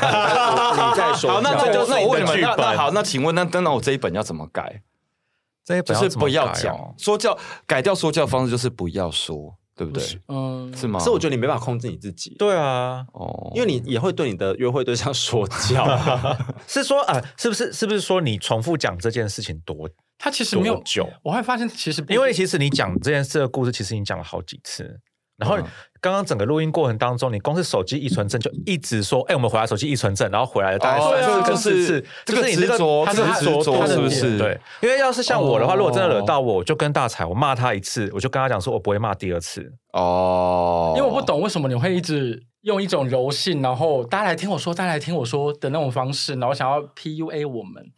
[SPEAKER 3] 你在说
[SPEAKER 1] 好，那那
[SPEAKER 4] 这
[SPEAKER 1] 就
[SPEAKER 4] 就是
[SPEAKER 1] 那
[SPEAKER 4] 你
[SPEAKER 1] 我问
[SPEAKER 4] 的
[SPEAKER 1] 你们，
[SPEAKER 4] 剧
[SPEAKER 1] 那
[SPEAKER 4] 本
[SPEAKER 1] 那好，那请问，那那我这一本要怎么改？
[SPEAKER 4] 这一
[SPEAKER 1] 就
[SPEAKER 4] 本
[SPEAKER 1] 是
[SPEAKER 4] 怎么
[SPEAKER 1] 不要
[SPEAKER 4] 改哦
[SPEAKER 1] 讲说教，改掉说教的方式就是不要说，对不对？是
[SPEAKER 2] 嗯，
[SPEAKER 1] 吗？
[SPEAKER 3] 可是我觉得你没办法控制你自己，
[SPEAKER 4] 对啊，
[SPEAKER 1] 哦，
[SPEAKER 3] 因为你也会对你的约会对象说教。
[SPEAKER 4] 是说啊、呃是不是是不是说你重复讲这件事情多
[SPEAKER 2] 他其实没
[SPEAKER 4] 多
[SPEAKER 2] 有，
[SPEAKER 4] 久？
[SPEAKER 2] 我会发现其实不
[SPEAKER 4] 因为其实你讲这件事的故事，其实你讲了好几次。然后
[SPEAKER 1] 嗯
[SPEAKER 4] 刚刚整个录音过程当中，你光是手机一存证就一直说，哎、我们回来手机一存证，然后回来了大概
[SPEAKER 1] 哦对
[SPEAKER 4] 三
[SPEAKER 1] 啊
[SPEAKER 4] 次、
[SPEAKER 1] 这个
[SPEAKER 4] 四
[SPEAKER 1] 是
[SPEAKER 4] 次，
[SPEAKER 1] 这
[SPEAKER 4] 就
[SPEAKER 1] 个
[SPEAKER 4] 是你这
[SPEAKER 1] 执着
[SPEAKER 4] 他是
[SPEAKER 1] 这个
[SPEAKER 4] 他
[SPEAKER 1] 执着
[SPEAKER 4] 他的
[SPEAKER 2] 是不
[SPEAKER 1] 是
[SPEAKER 4] 对，因为要是像我的话，
[SPEAKER 2] 哦
[SPEAKER 4] 如果真的惹到我，我就跟大彩，我骂他一次，我就跟他讲说，我不会骂第二次。
[SPEAKER 1] 哦，
[SPEAKER 2] 因为我不，懂为什么你会一直用一种柔性，然后大家来听我说，大家来听我说的那种方式，然后想要 PUA 我们。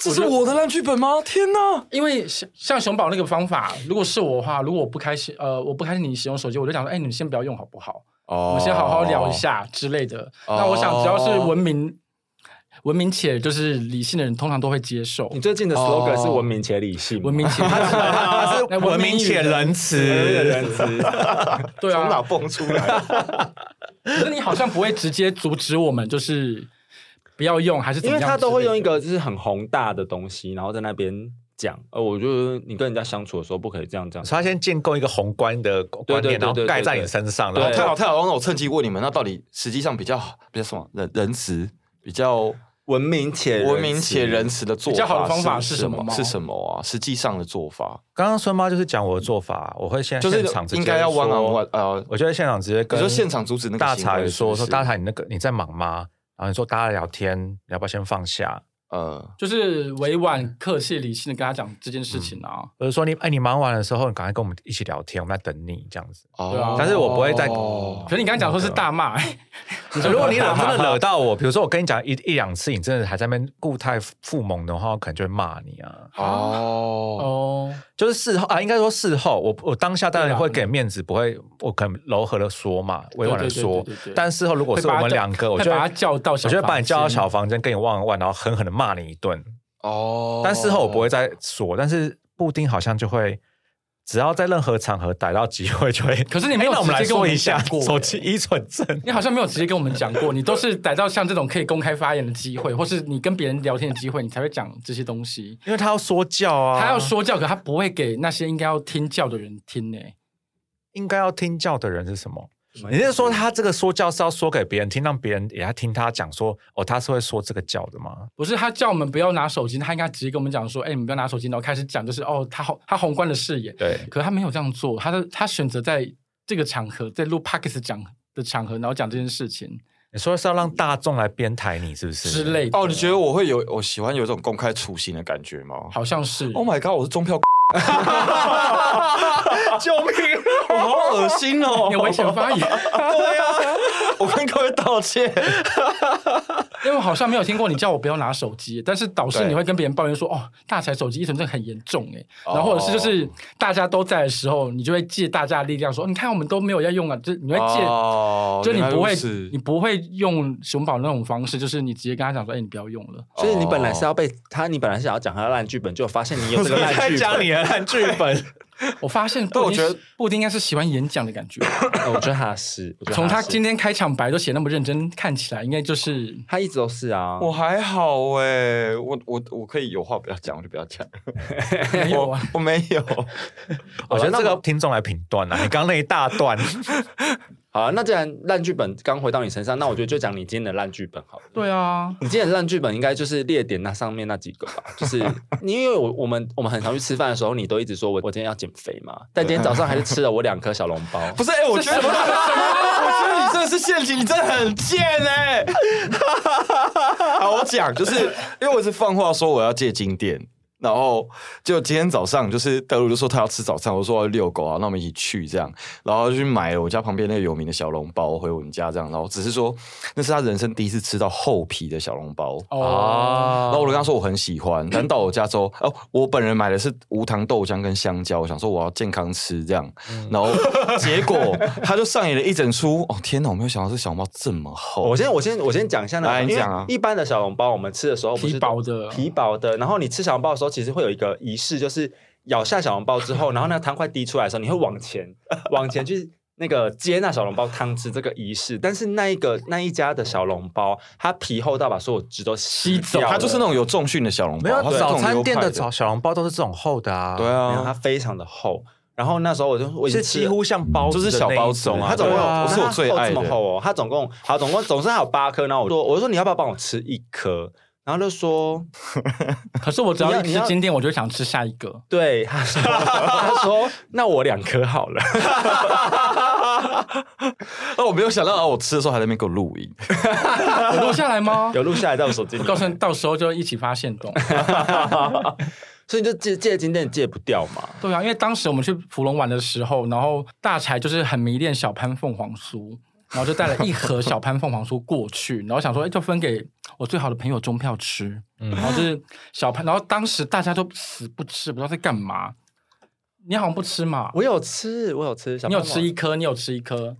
[SPEAKER 1] 这是我的烂剧本吗？天哪！
[SPEAKER 2] 因为像像熊宝那个方法，如果是我的话，如果我不开心，呃，我不开心你使用手机，我就讲说，哎、你们先不要用好不好？
[SPEAKER 1] 哦
[SPEAKER 2] 我们先好好聊一。下之类的。
[SPEAKER 1] 哦
[SPEAKER 2] 那我想，只要是文明、文明且就是理性的人，通常都会接受
[SPEAKER 3] 你最近的
[SPEAKER 1] 哦
[SPEAKER 3] slogan 是文明且理性吗，
[SPEAKER 2] 文明且
[SPEAKER 4] 他是
[SPEAKER 2] 啊那
[SPEAKER 4] 文明
[SPEAKER 2] 与
[SPEAKER 4] 且仁
[SPEAKER 3] 对
[SPEAKER 4] 慈，
[SPEAKER 3] 人知
[SPEAKER 2] 对啊，
[SPEAKER 1] 蹦出来？
[SPEAKER 2] 可是你好像不会直接阻止我们，就是不要用还是怎
[SPEAKER 3] 因
[SPEAKER 2] 么
[SPEAKER 3] 为
[SPEAKER 2] 样之类
[SPEAKER 3] 他
[SPEAKER 2] 的？
[SPEAKER 3] 都会用一个就是很宏大的东西，然后在那边讲。呃，我觉得你跟人家相处的时候不可以这样这样。
[SPEAKER 4] 他先建构一个宏观的观
[SPEAKER 3] 对对对
[SPEAKER 4] 念，然
[SPEAKER 3] 对
[SPEAKER 4] 后
[SPEAKER 3] 对
[SPEAKER 4] 盖在你身上，然
[SPEAKER 3] 对
[SPEAKER 4] 后
[SPEAKER 1] 哦，太好太好，那我趁机问你们，那到底实际上比较比较什么仁仁慈，比较
[SPEAKER 3] 文明且
[SPEAKER 1] 文明且仁
[SPEAKER 3] 人，
[SPEAKER 1] 慈的做法，
[SPEAKER 2] 比较好的方法
[SPEAKER 1] 是
[SPEAKER 2] 是什么吗
[SPEAKER 1] 是什么啊？实际上的做法
[SPEAKER 4] 刚刚孙妈就是讲我的做法，我会现
[SPEAKER 1] 就是
[SPEAKER 4] 现场直接
[SPEAKER 1] 应该要 one
[SPEAKER 4] 说
[SPEAKER 1] on one，呃，
[SPEAKER 4] 我就在现场直接跟
[SPEAKER 1] 你说现场阻止那个
[SPEAKER 4] 大
[SPEAKER 1] 行为
[SPEAKER 4] 茶
[SPEAKER 1] 是不
[SPEAKER 4] 说
[SPEAKER 1] 是
[SPEAKER 4] 说大茶，你那个你在忙吗？然后你说大家聊天，你要不要先放下？
[SPEAKER 1] 呃，
[SPEAKER 2] 就是委婉、客气、理性的跟他讲这件事情啊。
[SPEAKER 4] 我就说你哎，你忙完的时候，你赶快跟我们一起聊天，我们在等你这样子。
[SPEAKER 2] 对啊
[SPEAKER 1] 哦，
[SPEAKER 4] 但是我不会再
[SPEAKER 1] 哦
[SPEAKER 2] 可是你刚才讲说是大骂，
[SPEAKER 4] 嗯啊 如果你惹真的惹到我，比如说我跟你讲一一两次，你真的还在那边固态附萌的话，我可能就会骂你啊。
[SPEAKER 1] 哦，
[SPEAKER 2] 哦，
[SPEAKER 4] 就是事后啊，应该说事后，我我当下当
[SPEAKER 2] 对
[SPEAKER 4] 然
[SPEAKER 2] 啦
[SPEAKER 4] 会给面子，不会，我可能柔和的说嘛，委婉的
[SPEAKER 2] 对对对
[SPEAKER 4] 说
[SPEAKER 2] 对对对。
[SPEAKER 4] 但事后如果是我们两个，我
[SPEAKER 2] 会
[SPEAKER 4] 就
[SPEAKER 2] 把他
[SPEAKER 4] 会
[SPEAKER 2] 叫到小房间，
[SPEAKER 4] 我就会把你叫到小房间，跟你望一望，然后狠狠的骂你一顿。
[SPEAKER 1] 哦，
[SPEAKER 4] 但事后我不会再说，但是布丁好像就会，只要在任何场合逮到机会就会。
[SPEAKER 2] 可是你没有
[SPEAKER 4] 哎那我们来
[SPEAKER 2] 直接跟我
[SPEAKER 4] 说
[SPEAKER 2] 们
[SPEAKER 4] 一下
[SPEAKER 2] 讲过
[SPEAKER 4] 手机依存症。
[SPEAKER 2] 你好像没有直接跟我们讲过，你都是逮到像这种可以公开发言的机会，或是你跟别人聊天的机会，你才会讲这些东西。
[SPEAKER 4] 因为他要说教啊，
[SPEAKER 2] 他要说教，可他不会给那些应该要听教的人听呢、
[SPEAKER 4] 应该要听教的人是什么？你是说他这个说教是要说给别人听，让别人也要听他讲说哦，他是会说这个教的吗？
[SPEAKER 2] 不是他叫我们不要拿手机，他应该直接跟我们讲说：“哎、你们不要拿手机。”然后开始讲就是哦，他宏他宏观的视野。
[SPEAKER 4] 对，
[SPEAKER 2] 可他没有这样做，他的他选择在这个场合，在录 p o d c a s 讲的场合，然后讲这件事情
[SPEAKER 4] 你说是要让大众来编排你是不是？
[SPEAKER 2] 之 类的。
[SPEAKER 1] 哦，你觉得我会有我喜欢有一种公开处刑的感觉吗
[SPEAKER 2] 好像是
[SPEAKER 1] ？Oh my god，我是中票，
[SPEAKER 4] 救命！
[SPEAKER 1] 我好好恶心哦！
[SPEAKER 2] 你危险发言，
[SPEAKER 1] 对啊， 我跟各位道歉。
[SPEAKER 2] 因为我好像没有听过你叫我不要拿手机，但是导师
[SPEAKER 1] 对
[SPEAKER 2] 你会跟别人抱怨说，哦，大才手机依存症很严重哎，
[SPEAKER 1] 哦
[SPEAKER 2] 然后或者是就是大家都在的时候，你就会借大家的力量说，你看我们都没有要用啊，就是你会借，
[SPEAKER 1] 哦
[SPEAKER 2] 就你不
[SPEAKER 1] 原来
[SPEAKER 2] 会
[SPEAKER 1] 如此
[SPEAKER 2] 你不会用熊宝那种方式，就是你直接跟他讲说，哎，你不要用了。
[SPEAKER 3] 就是你本来是要被他，你本来是想要讲他的烂剧本，就发现哦你有这个
[SPEAKER 4] 你
[SPEAKER 3] 烂
[SPEAKER 4] 在
[SPEAKER 3] 剧
[SPEAKER 4] 讲
[SPEAKER 3] 本。
[SPEAKER 4] 你的烂剧本，
[SPEAKER 2] 我发现
[SPEAKER 1] 但
[SPEAKER 2] 布
[SPEAKER 1] 我
[SPEAKER 2] 丁
[SPEAKER 1] 觉
[SPEAKER 2] 是，
[SPEAKER 1] 得
[SPEAKER 2] 布丁应该是喜欢演讲的感 觉，
[SPEAKER 3] 呃我觉得他是，我觉得
[SPEAKER 2] 从他
[SPEAKER 3] 是
[SPEAKER 2] 今天开场白都写那么认真，看起来应该就是
[SPEAKER 3] 他一直都是啊，
[SPEAKER 1] 我还好哎、我我我可以有话不要讲，我就不要讲。
[SPEAKER 2] 没有
[SPEAKER 1] 我
[SPEAKER 2] 啊。
[SPEAKER 1] 我没有，
[SPEAKER 4] 我觉得
[SPEAKER 3] 那
[SPEAKER 4] 这个
[SPEAKER 3] 我
[SPEAKER 4] 听众来评断啊，你刚刚那一大段，
[SPEAKER 3] 好了，那既然烂剧本刚回到你身上，那我觉得就讲你今天的烂剧本 好了。
[SPEAKER 2] 对啊，
[SPEAKER 3] 你今天的烂剧本应该就是列点那上面那几个 吧，就是你因为我我们我们很常去吃饭的时候，你都一直说我我今天要减肥嘛，但今天早上还是吃了我两颗小笼包。
[SPEAKER 1] 不是哎、我觉得我觉得你 真的是陷阱，你真的很贱哎、 好，我讲就是因为我是放话说我要戒金店。然后就今天早上，就是德鲁就说他要吃早餐，我说我要遛狗啊，那我们一起去这样，然后就去买了我家旁边那个有名的小笼包回我们家这样，然后只是说那是他人生第一次吃到厚皮的小笼包，
[SPEAKER 2] 哦，
[SPEAKER 1] 然后我就跟
[SPEAKER 4] 嗯
[SPEAKER 1] 他说我很喜欢，但到我家之后，哦，我本人买的是无糖豆浆跟香蕉，我想说我要健康吃这样，
[SPEAKER 4] 嗯
[SPEAKER 1] 然后结果他就上演了一整出，哦天哪，我没有想到这小笼包这么厚
[SPEAKER 3] 我，先我先我先讲一下那
[SPEAKER 1] 来
[SPEAKER 3] 个，
[SPEAKER 1] 你
[SPEAKER 3] 因为
[SPEAKER 1] 讲啊
[SPEAKER 3] 一般的小笼包我们吃的时候不是
[SPEAKER 2] 皮薄的
[SPEAKER 3] 皮薄的，然后你吃小笼包的时候，其实会有一个仪式，就是咬下小笼包之 后，然后那个汤快滴出来的时候，你会往前往前去。那个接纳小笼包汤汁这个仪式，但是那一个那一家的小笼包，它皮厚到把所有汁都吸
[SPEAKER 2] 吸走
[SPEAKER 3] 掉了
[SPEAKER 1] 他就是那种有重训的小笼包，
[SPEAKER 4] 没有
[SPEAKER 1] 它是那种
[SPEAKER 4] 早餐店的
[SPEAKER 1] 流派
[SPEAKER 4] 早小笼包都是这种厚的啊，
[SPEAKER 1] 对
[SPEAKER 3] 没有它
[SPEAKER 1] 啊，
[SPEAKER 3] 非常的厚。然后那时候我就我已经
[SPEAKER 4] 是
[SPEAKER 3] 吃
[SPEAKER 4] 几乎像包子
[SPEAKER 1] 就
[SPEAKER 4] 的那
[SPEAKER 1] 是
[SPEAKER 4] 一种，
[SPEAKER 1] 小包子
[SPEAKER 4] 啊
[SPEAKER 1] 嘛
[SPEAKER 3] 它总
[SPEAKER 1] 对
[SPEAKER 3] 共有
[SPEAKER 1] 啊
[SPEAKER 3] 我
[SPEAKER 1] 不
[SPEAKER 3] 看
[SPEAKER 1] 是我
[SPEAKER 3] 它
[SPEAKER 1] 最
[SPEAKER 3] 厚
[SPEAKER 1] 爱
[SPEAKER 3] 这么
[SPEAKER 1] 的
[SPEAKER 3] 厚哦，它总共好总共总共还有八颗，然后我说我说你要不要帮我吃一颗？然后就说
[SPEAKER 2] 可是我只
[SPEAKER 3] 你
[SPEAKER 2] 要
[SPEAKER 3] 要
[SPEAKER 2] 一
[SPEAKER 3] 你
[SPEAKER 2] 吃
[SPEAKER 3] 要
[SPEAKER 2] 金店，我就会想吃下一 个。
[SPEAKER 3] 对，他说他说那我两颗好了，
[SPEAKER 1] 那我没有想到啊，我吃的时候还在那边给我录影，
[SPEAKER 2] 我录下来吗？
[SPEAKER 3] 有录下来在我手机里
[SPEAKER 2] 我。告诉你，到时候就一起发现洞。
[SPEAKER 3] 所以你就戒戒金店戒不掉嘛。
[SPEAKER 2] 对啊，因为当时我们去芙蓉玩的时候，然后大柴就是很迷恋小潘凤凰酥，然后就带了一盒小潘凤凰酥过去，然后想说，哎，就分给我最好的朋友钟票吃。然后就是小潘，然后当时大家都死不吃，不知道在干嘛。你好像不吃嘛？
[SPEAKER 3] 我有吃，我有吃，小
[SPEAKER 2] 你有
[SPEAKER 3] 胖
[SPEAKER 2] 吃
[SPEAKER 3] 胖
[SPEAKER 2] 一颗，你有吃一颗，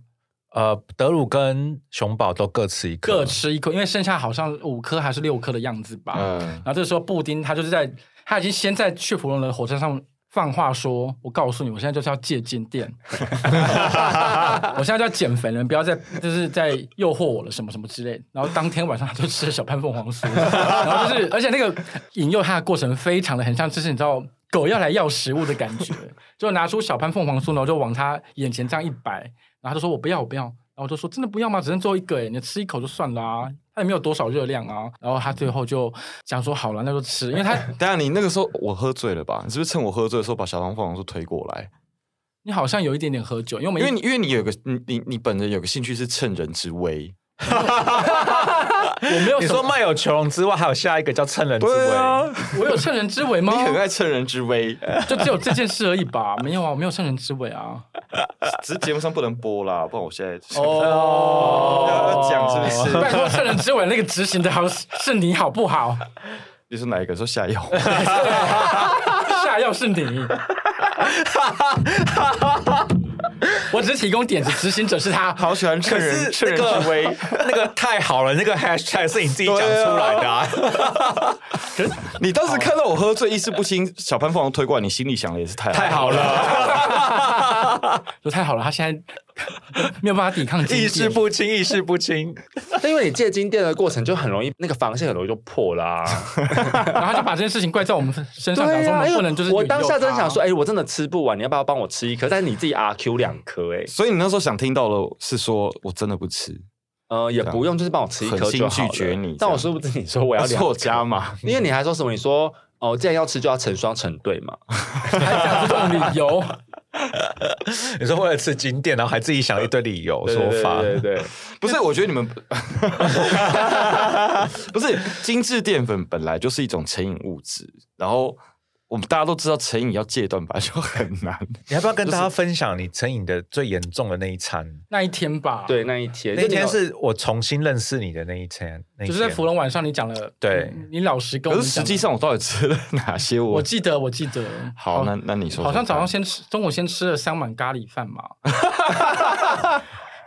[SPEAKER 4] 呃，德鲁跟熊宝都各吃一颗，
[SPEAKER 2] 各吃一颗，因为剩下好像五颗还是六颗的样子吧。
[SPEAKER 1] 嗯，
[SPEAKER 2] 然后这时候布丁他就是在他已经先在去芙蓉的火车上放话说：“我告诉你，我现在就是要戒金店，我现在就要减肥了，你不要再就是在诱惑我了，什么什么之类的。”然后当天晚上他就吃了小潘凤凰酥，然后就是 而且那个引诱他的过程非常的很像，就是你知道。狗要来要食物的感觉，就拿出小潘凤凰酥，然后就往他眼前这样一摆，然后他就说我不要，我不要，然后我就说真的不要吗？只剩最后一个哎，你吃一口就算啦、它也没有多少热量啊。然后他最后就讲说好了，那就吃，因为他
[SPEAKER 1] 等一下啊你那个时候我喝醉了吧？你是不是趁我喝醉的时候把小笼包推过来？
[SPEAKER 2] 你好像有一点点喝酒，因为我们
[SPEAKER 1] 因为你因为你有个你你你本人有个兴趣是趁人之危，
[SPEAKER 2] 我没有
[SPEAKER 4] 你
[SPEAKER 2] 什 么
[SPEAKER 4] 说卖有囚笼之外，还有下一个叫趁人之危，
[SPEAKER 1] 对啊，
[SPEAKER 2] 我有趁人之危吗
[SPEAKER 1] 你？很爱趁人之危。
[SPEAKER 2] 就只有这件事而已吧，没有啊，我没有趁人之危啊。
[SPEAKER 1] 只是节目上不能播啦，不然我现在
[SPEAKER 2] 哦
[SPEAKER 1] 要讲是不是
[SPEAKER 2] 拜托，趁人之危那个执行的好是你好不好？
[SPEAKER 1] 你是哪一个说下药？
[SPEAKER 2] 下药是你。我只是提供点子，执行者是他。
[SPEAKER 1] 好喜欢趁
[SPEAKER 4] 可
[SPEAKER 1] 人
[SPEAKER 4] 是
[SPEAKER 1] 趁
[SPEAKER 4] 那
[SPEAKER 1] 人之
[SPEAKER 4] 个
[SPEAKER 1] 危。
[SPEAKER 4] 那个太好了，那个 hashtag 是你自己讲出来的、啊，
[SPEAKER 1] 你当时看到我喝醉意识不清，小潘凤凰推过来，你心里想的也是太
[SPEAKER 4] 太好了，
[SPEAKER 2] 说太好了，他现在 没有办法抵抗经
[SPEAKER 4] 意
[SPEAKER 2] 典
[SPEAKER 4] 识不清，意识不清，
[SPEAKER 3] 但因为你戒金店的过程就很容易，那个防线很容易就破啦、
[SPEAKER 2] 然后他就把这件事情怪在我们身上，讲
[SPEAKER 3] 对
[SPEAKER 2] 说 我
[SPEAKER 3] 啊，
[SPEAKER 2] 们
[SPEAKER 3] 因
[SPEAKER 2] 不能就是
[SPEAKER 3] 为我当下真的
[SPEAKER 2] 的
[SPEAKER 3] 想说，，哎、我真的吃不完，你要不要帮我吃一颗？但是你自己 RQ 两颗、哎，
[SPEAKER 1] 所以你那时候想听到了是说我真的不吃，
[SPEAKER 3] 呃，也
[SPEAKER 1] 这样
[SPEAKER 3] 不用，就是帮我吃一颗
[SPEAKER 1] 狠心
[SPEAKER 3] 就好了。
[SPEAKER 1] 拒绝你
[SPEAKER 3] 但我
[SPEAKER 1] 这
[SPEAKER 3] 殊不知你说我要
[SPEAKER 1] 啊是
[SPEAKER 3] 两
[SPEAKER 1] 我
[SPEAKER 3] 颗，
[SPEAKER 1] 加码。
[SPEAKER 3] 因为你还说什么？你说哦，既然要吃就要成双成对嘛。
[SPEAKER 2] 还讲这种理由，
[SPEAKER 4] 你说为了吃景点，然后还自己想一堆理由说法，
[SPEAKER 3] 对对对对对
[SPEAKER 1] 不是，我觉得你们 不是精致淀粉本来就是一种成瘾物质，然后我们大家都知道成瘾要戒断吧，就很难。
[SPEAKER 4] 你要不要跟大家分享你成瘾的最严重的那一餐？
[SPEAKER 2] 那一天吧，，
[SPEAKER 3] 对那一天，
[SPEAKER 4] 那天
[SPEAKER 3] 就你有
[SPEAKER 4] 是我重新认识你的那一天，那一
[SPEAKER 2] 就是
[SPEAKER 4] 天
[SPEAKER 2] 在芙蓉晚上你讲了，
[SPEAKER 4] 对
[SPEAKER 2] 你你老实跟我
[SPEAKER 1] 可是
[SPEAKER 2] 们
[SPEAKER 1] 实
[SPEAKER 2] 讲
[SPEAKER 1] 际上我到底吃了哪些我？
[SPEAKER 2] 我记得我记得，
[SPEAKER 1] 好，那那你说说看，
[SPEAKER 2] 好像早上先吃，中午先吃了三碗咖喱饭 嘛。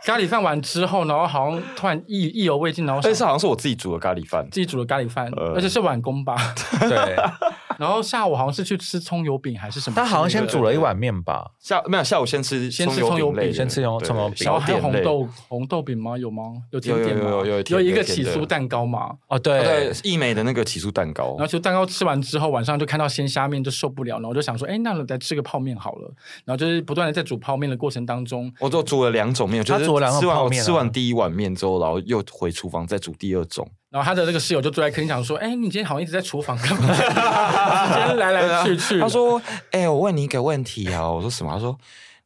[SPEAKER 2] 咖喱饭完之后，然后好像突然意意犹未尽，然后
[SPEAKER 1] 哎
[SPEAKER 2] 想
[SPEAKER 3] 哎
[SPEAKER 1] 但是好像是我自己煮的咖喱饭，
[SPEAKER 2] 自己煮了咖喱饭，
[SPEAKER 1] 呃
[SPEAKER 2] 而且是碗公 吧。
[SPEAKER 4] 对，
[SPEAKER 2] 然后下午好像是去吃葱油饼还是什么之类
[SPEAKER 4] 他
[SPEAKER 2] 的，
[SPEAKER 4] 好像先煮了一碗面吧，
[SPEAKER 1] 下没有下午先吃
[SPEAKER 2] 先吃
[SPEAKER 1] 葱
[SPEAKER 2] 葱油
[SPEAKER 1] 饼类
[SPEAKER 2] 饼
[SPEAKER 1] 的，
[SPEAKER 4] 先吃葱
[SPEAKER 1] 对
[SPEAKER 4] 葱油饼
[SPEAKER 2] 然后
[SPEAKER 1] 小
[SPEAKER 2] 还有
[SPEAKER 1] 点
[SPEAKER 2] 红
[SPEAKER 1] 类哦
[SPEAKER 2] 豆红豆饼吗？有吗？有甜点吗？
[SPEAKER 1] 有有有有有甜
[SPEAKER 2] 一个
[SPEAKER 1] 有甜
[SPEAKER 2] 起
[SPEAKER 1] 的
[SPEAKER 2] 酥蛋糕嘛。
[SPEAKER 4] 哦
[SPEAKER 1] 哦
[SPEAKER 4] 对
[SPEAKER 1] 对，，益美的那个起酥蛋糕
[SPEAKER 2] 然后，就蛋糕吃完之后，晚上就看到鲜虾面就受不了，然后就想说，哎，那我再吃个泡面好了。然后就是不断的在煮泡面的过程当中，
[SPEAKER 1] 我就煮了两种面，我就
[SPEAKER 4] 他
[SPEAKER 1] 是
[SPEAKER 4] 煮了两种
[SPEAKER 1] 吃完
[SPEAKER 4] 泡
[SPEAKER 1] 我
[SPEAKER 4] 面啊
[SPEAKER 1] 吃完第一碗面之后，然后又回厨房再煮第二种。
[SPEAKER 2] 然后他的那个室友就坐在客厅讲说：“哎，你今天好像一直在厨房干嘛？今天来来去去。”
[SPEAKER 1] 他说：“哎、我问你一个问题啊。”我说：“什么？”他说：“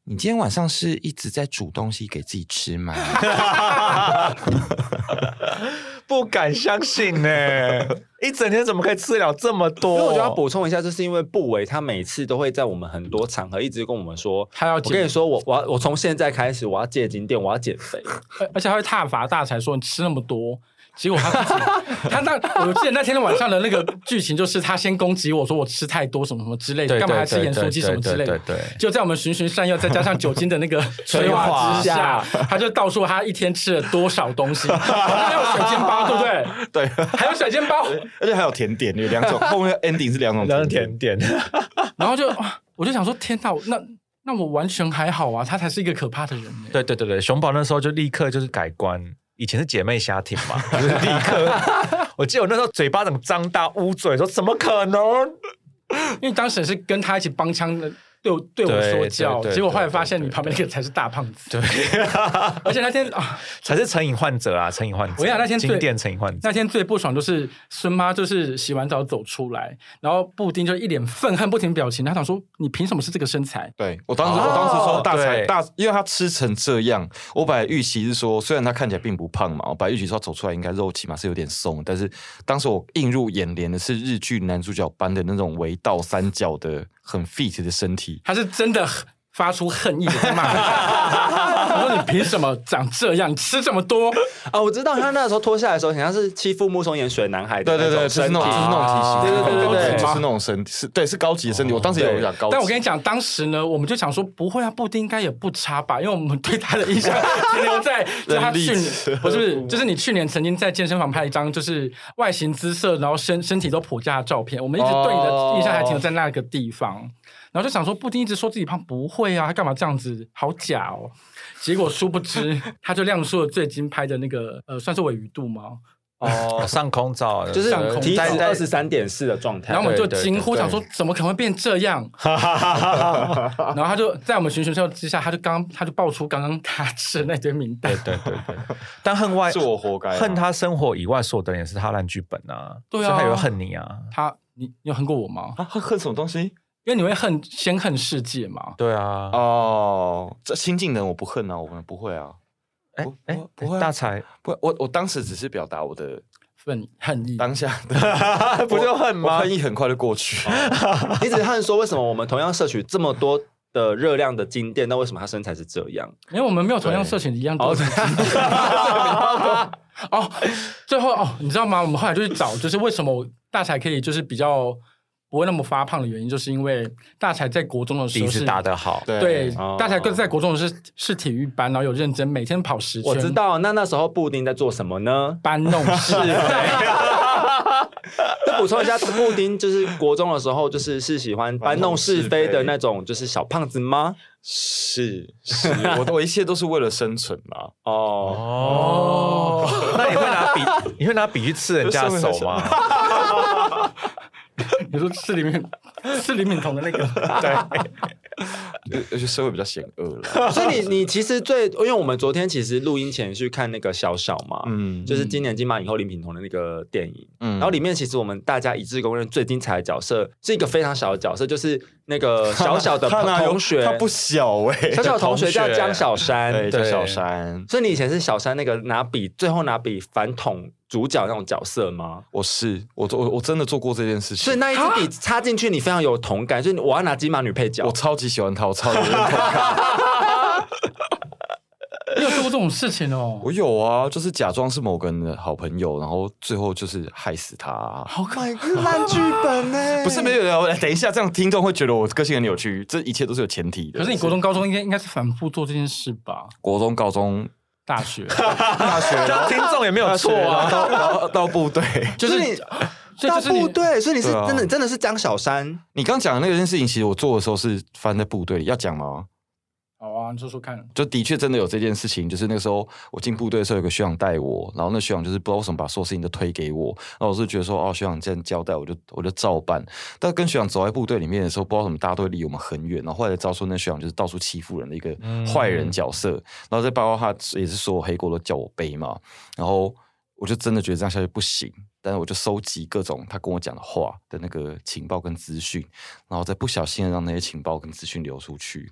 [SPEAKER 1] 你今天晚上是一直在煮东西给自己吃吗
[SPEAKER 4] 不敢相信呢、一整天怎么可以吃得了这么多？
[SPEAKER 3] 因为我觉得要补充一下，就是因为布维他每次都会在我们很多场合一直跟我们说，
[SPEAKER 2] 他要
[SPEAKER 3] 我
[SPEAKER 2] 减
[SPEAKER 3] 跟你说，我我要我从现在开始我要戒金店，我要减肥。
[SPEAKER 2] 而而且他会挞伐大才说你吃那么多。结果他自己，他那我记得那天晚上的那个剧情就是他先攻击我说我吃太多什么什么之类的，
[SPEAKER 4] 对
[SPEAKER 2] 干嘛还吃
[SPEAKER 4] 对
[SPEAKER 2] 盐酥鸡什么之类的
[SPEAKER 4] 对对对对。
[SPEAKER 2] 就在我们循循善诱，再加上酒精的 那个催化之下，他就倒数他一天吃了多少东西，还有水煎包，对不对？？”
[SPEAKER 1] 对，
[SPEAKER 2] 还有水煎包，
[SPEAKER 1] 而且还有甜点，有两种，后面 ending 是两种
[SPEAKER 4] 然后
[SPEAKER 1] 甜点。
[SPEAKER 4] 甜点，
[SPEAKER 2] 然后就哇我就想说天哪，那那我完全还好啊，他才是一个可怕的人呢、
[SPEAKER 4] 对对对对，熊宝那时候就立刻就是改观，以前是姐妹瞎挺嘛，就是立刻，我记得我那时候嘴巴怎么张大捂嘴，说怎么可能？
[SPEAKER 2] 因为当时也是跟他一起帮腔的，对我对我
[SPEAKER 4] 对
[SPEAKER 2] 说
[SPEAKER 4] 对
[SPEAKER 2] 教，
[SPEAKER 4] 对
[SPEAKER 2] 结果后来
[SPEAKER 4] 对
[SPEAKER 2] 发现
[SPEAKER 4] 对
[SPEAKER 2] 你旁边那个才是大胖子，
[SPEAKER 4] 对，
[SPEAKER 2] 而且那天啊，
[SPEAKER 4] 才是成瘾患者啊，成瘾患者。
[SPEAKER 2] 我跟你讲那天最
[SPEAKER 4] 经典成瘾患者，
[SPEAKER 2] 那天最不爽就是孙妈就是洗完澡走出来，然后布丁就一脸愤恨不停表情，他想说你凭什么是这个身材？
[SPEAKER 1] 对我当时，我当时说大才
[SPEAKER 4] 对
[SPEAKER 1] 大，因为他吃成这样，我本来预期是说，虽然他看起来并不胖嘛，我本来预期说他走出来应该肉起码是有点松，但是当时我映入眼帘的是日剧男主角般的那种围到三角的很 fit 的身体，
[SPEAKER 2] 他是真的发出恨意的在骂他，我说你凭什么长这样，你吃这么多？
[SPEAKER 3] 啊，我知道他那时候脱下来的时候，很像是欺负目送盐水男孩
[SPEAKER 1] 对
[SPEAKER 3] 的
[SPEAKER 1] 对
[SPEAKER 3] 那
[SPEAKER 1] 对，
[SPEAKER 3] 种
[SPEAKER 1] 就是
[SPEAKER 3] 身
[SPEAKER 1] 那种就是那
[SPEAKER 3] 体
[SPEAKER 1] 种体型，
[SPEAKER 3] 啊对对对对对
[SPEAKER 1] 就是那种身体，是对是高级的身体。我当时也有点高级，
[SPEAKER 2] 但我跟你讲，当时呢，我们就想说，不会啊，布丁应该也不差吧，因为我们对他的印象停留在就是 他
[SPEAKER 1] 人力
[SPEAKER 2] 去
[SPEAKER 1] 车
[SPEAKER 2] 年不是，就是你去年曾经在健身房拍一张就是外形姿色，然后身身体都颇佳的照片，我们一直对你
[SPEAKER 3] 哦
[SPEAKER 2] 的印象还停留在那个地方。然后就想说，布丁一直说自己胖，不会啊，他干嘛这样子，好假哦。结果殊不知，他就亮出了最近拍的那个，呃，算是尾鱼度吗？
[SPEAKER 4] 哦，上空照
[SPEAKER 3] 就是
[SPEAKER 2] 上空
[SPEAKER 3] 体脂
[SPEAKER 2] 在
[SPEAKER 3] 二十三点四的状态
[SPEAKER 2] 然后。我们就
[SPEAKER 4] 对对
[SPEAKER 2] 惊呼，
[SPEAKER 4] 对
[SPEAKER 2] 想说怎么可能会变这 样？然后他就在我们循循善诱之下，他就刚他就爆出刚刚他吃的那堆名单。
[SPEAKER 4] 对对对，但恨外
[SPEAKER 1] 是我活该啊
[SPEAKER 4] 恨他生活以外所有的人也是他烂剧本啊，
[SPEAKER 2] 对啊
[SPEAKER 4] 所以他也会恨你啊，
[SPEAKER 2] 他，你你有恨过我吗？
[SPEAKER 1] 啊，恨恨什么东西？
[SPEAKER 2] 因为你会恨先恨世界嘛。
[SPEAKER 4] 对啊，
[SPEAKER 1] 哦，这亲近的人我不恨啊，我们不会啊，
[SPEAKER 4] 哎
[SPEAKER 1] 不
[SPEAKER 4] 哎
[SPEAKER 1] 不不会啊
[SPEAKER 4] 大才
[SPEAKER 1] 不，我我当时只是表达我的
[SPEAKER 2] 愤恨意，
[SPEAKER 1] 当下的
[SPEAKER 4] 不就恨吗
[SPEAKER 1] 我恨意很快就过去。
[SPEAKER 3] 你只看说为什么我们同样摄取这么多的热量的金店，那为什么他身材是这样？
[SPEAKER 2] 因为我们没有同样
[SPEAKER 1] 对
[SPEAKER 2] 色情一样多的经历。 哦，最后哦，你知道吗？我们后来就去找，就是为什么我大才可以就是比较不会那么发胖的原因，就是因为大才在国中的时
[SPEAKER 4] 底
[SPEAKER 2] 候
[SPEAKER 4] 子
[SPEAKER 2] 是
[SPEAKER 4] 打得好，
[SPEAKER 2] 对，
[SPEAKER 3] 哦
[SPEAKER 2] 大才哥在国中是是体育班，然后有认真每天跑十圈，
[SPEAKER 3] 我知道，那那时候布丁在做什么呢？
[SPEAKER 2] 搬弄 事。
[SPEAKER 3] 再补充一下，布丁就是国中的时候，就是是喜欢搬弄是非的那种，就是小胖子吗？
[SPEAKER 1] 是是，我我一切都是为了生存啦。
[SPEAKER 3] 哦，
[SPEAKER 4] 哦， 那你会拿笔，你会拿笔去刺人家的手吗？
[SPEAKER 2] 你说是李敏，是李敏彤的 那个，
[SPEAKER 1] 而而且社会比较险恶 了。
[SPEAKER 3] 所以你你其实最，因为我们昨天其实录音前去看那个小小嘛，
[SPEAKER 1] 嗯
[SPEAKER 3] 就是今年金马影后林品彤的那个电影，
[SPEAKER 1] 嗯
[SPEAKER 3] 然后里面其实我们大家一致公认最精彩的角色是一个非常小的角色，就是那个小小的
[SPEAKER 1] 他哪有
[SPEAKER 3] 同学，
[SPEAKER 1] 他不小哎，
[SPEAKER 3] 小欸小的同学叫江小
[SPEAKER 1] 对，
[SPEAKER 3] 山，
[SPEAKER 1] 叫
[SPEAKER 4] 对
[SPEAKER 1] 小山。
[SPEAKER 3] 所以你以前是小山那个拿笔，最后拿笔反捅主角那种角色吗？
[SPEAKER 1] 我是我做我我真的做过这件事情，
[SPEAKER 3] 所以那一次你插进去，你非常有同感，就是我要拿金马女配角
[SPEAKER 1] 我。超级喜欢他，我超级认同
[SPEAKER 2] 你有做过这种事情哦？
[SPEAKER 1] 我有啊，就是假装是某个人的好朋友，然后最后就是害死他、
[SPEAKER 2] 好可爱，
[SPEAKER 3] Oh 烂剧本呢、
[SPEAKER 1] 不是没有没有，等一下，这样听众会觉得我个性很扭曲。这一切都是有前提的。
[SPEAKER 2] 可是你国中、高中应该应该是反复做这件事吧？
[SPEAKER 1] 国中、高中、
[SPEAKER 2] 大学
[SPEAKER 1] 大学，然后
[SPEAKER 4] 听众也没有错啊。
[SPEAKER 1] 到到到到部队。
[SPEAKER 2] 就
[SPEAKER 3] 所以
[SPEAKER 2] 是
[SPEAKER 3] 你，
[SPEAKER 2] 这
[SPEAKER 3] 到
[SPEAKER 2] 就是你
[SPEAKER 3] 部队，所以你是
[SPEAKER 1] 对啊
[SPEAKER 3] 真的，你真的是张小山。
[SPEAKER 1] 你刚讲的那件事情，其实我做的时候是发生在部队里，要讲吗？
[SPEAKER 2] 好啊，你说说看。
[SPEAKER 1] 就的确真的有这件事情，就是那个时候我进部队的时候，有个学长带我，然后那学长就是不知道为什么把所有事情都推给我，然后我是觉得说，哦，学长这样交代，我就我就照办。但跟学长走在部队里面的时候，不知道为什么大家都会离我们很远，然后后来才知道说，那学长就是到处欺负人的一个
[SPEAKER 2] 嗯
[SPEAKER 1] 坏人角色，然后再包括他也是所有黑锅都叫我背嘛，然后我就真的觉得这样下去不行，但是我就收集各种他跟我讲的话的那个情报跟资讯，然后再不小心的让那些情报跟资讯流出 去，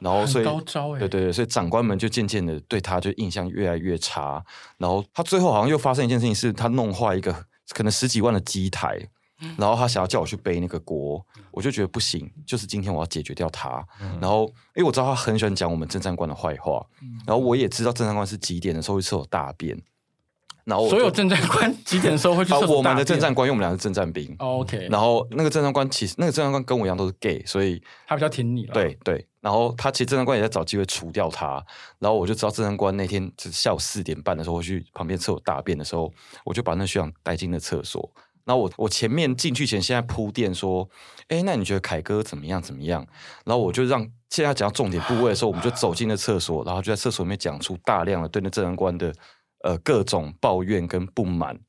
[SPEAKER 1] 然后哦所以
[SPEAKER 2] 很高招欸
[SPEAKER 1] 对对对，所以长官们就渐渐的对他就印象越来越差，然后他最后好像又发生一件事情，是他弄坏一个可能十几万的机台。
[SPEAKER 2] 嗯
[SPEAKER 1] 然后他想要叫我去背那个锅，我就觉得不行，就是今天我要解决掉他。
[SPEAKER 2] 嗯
[SPEAKER 1] 然后，因为我知道他很喜欢讲我们正三官的坏话，然后我也知道正三官是几点的时候会厕所大便，然哦后我就
[SPEAKER 2] 所有正战官几点的时候会去
[SPEAKER 1] 啊
[SPEAKER 2] 厕所大便？
[SPEAKER 1] 我们的正战官，因为我们俩是正战兵，
[SPEAKER 2] 哦，OK，
[SPEAKER 1] 然后那个正战官其实那个正战官跟我一样都是 gay，所以
[SPEAKER 2] 他比较挺你了。，
[SPEAKER 1] 对对，然后他其实正战官也在找机会除掉他，然后我就知道正战官那天就是下午四点半的时候，我去旁边厕所大便的时候，我就把那学长带进了厕所。然后我我前面进去前，现在铺垫说，哎，那你觉得凯哥怎么样怎么样？然后我就让现在讲到重点部位的时候，我们就走进了厕所，然后就在厕所里面讲出大量的对那正战官的呃各种抱怨跟不满。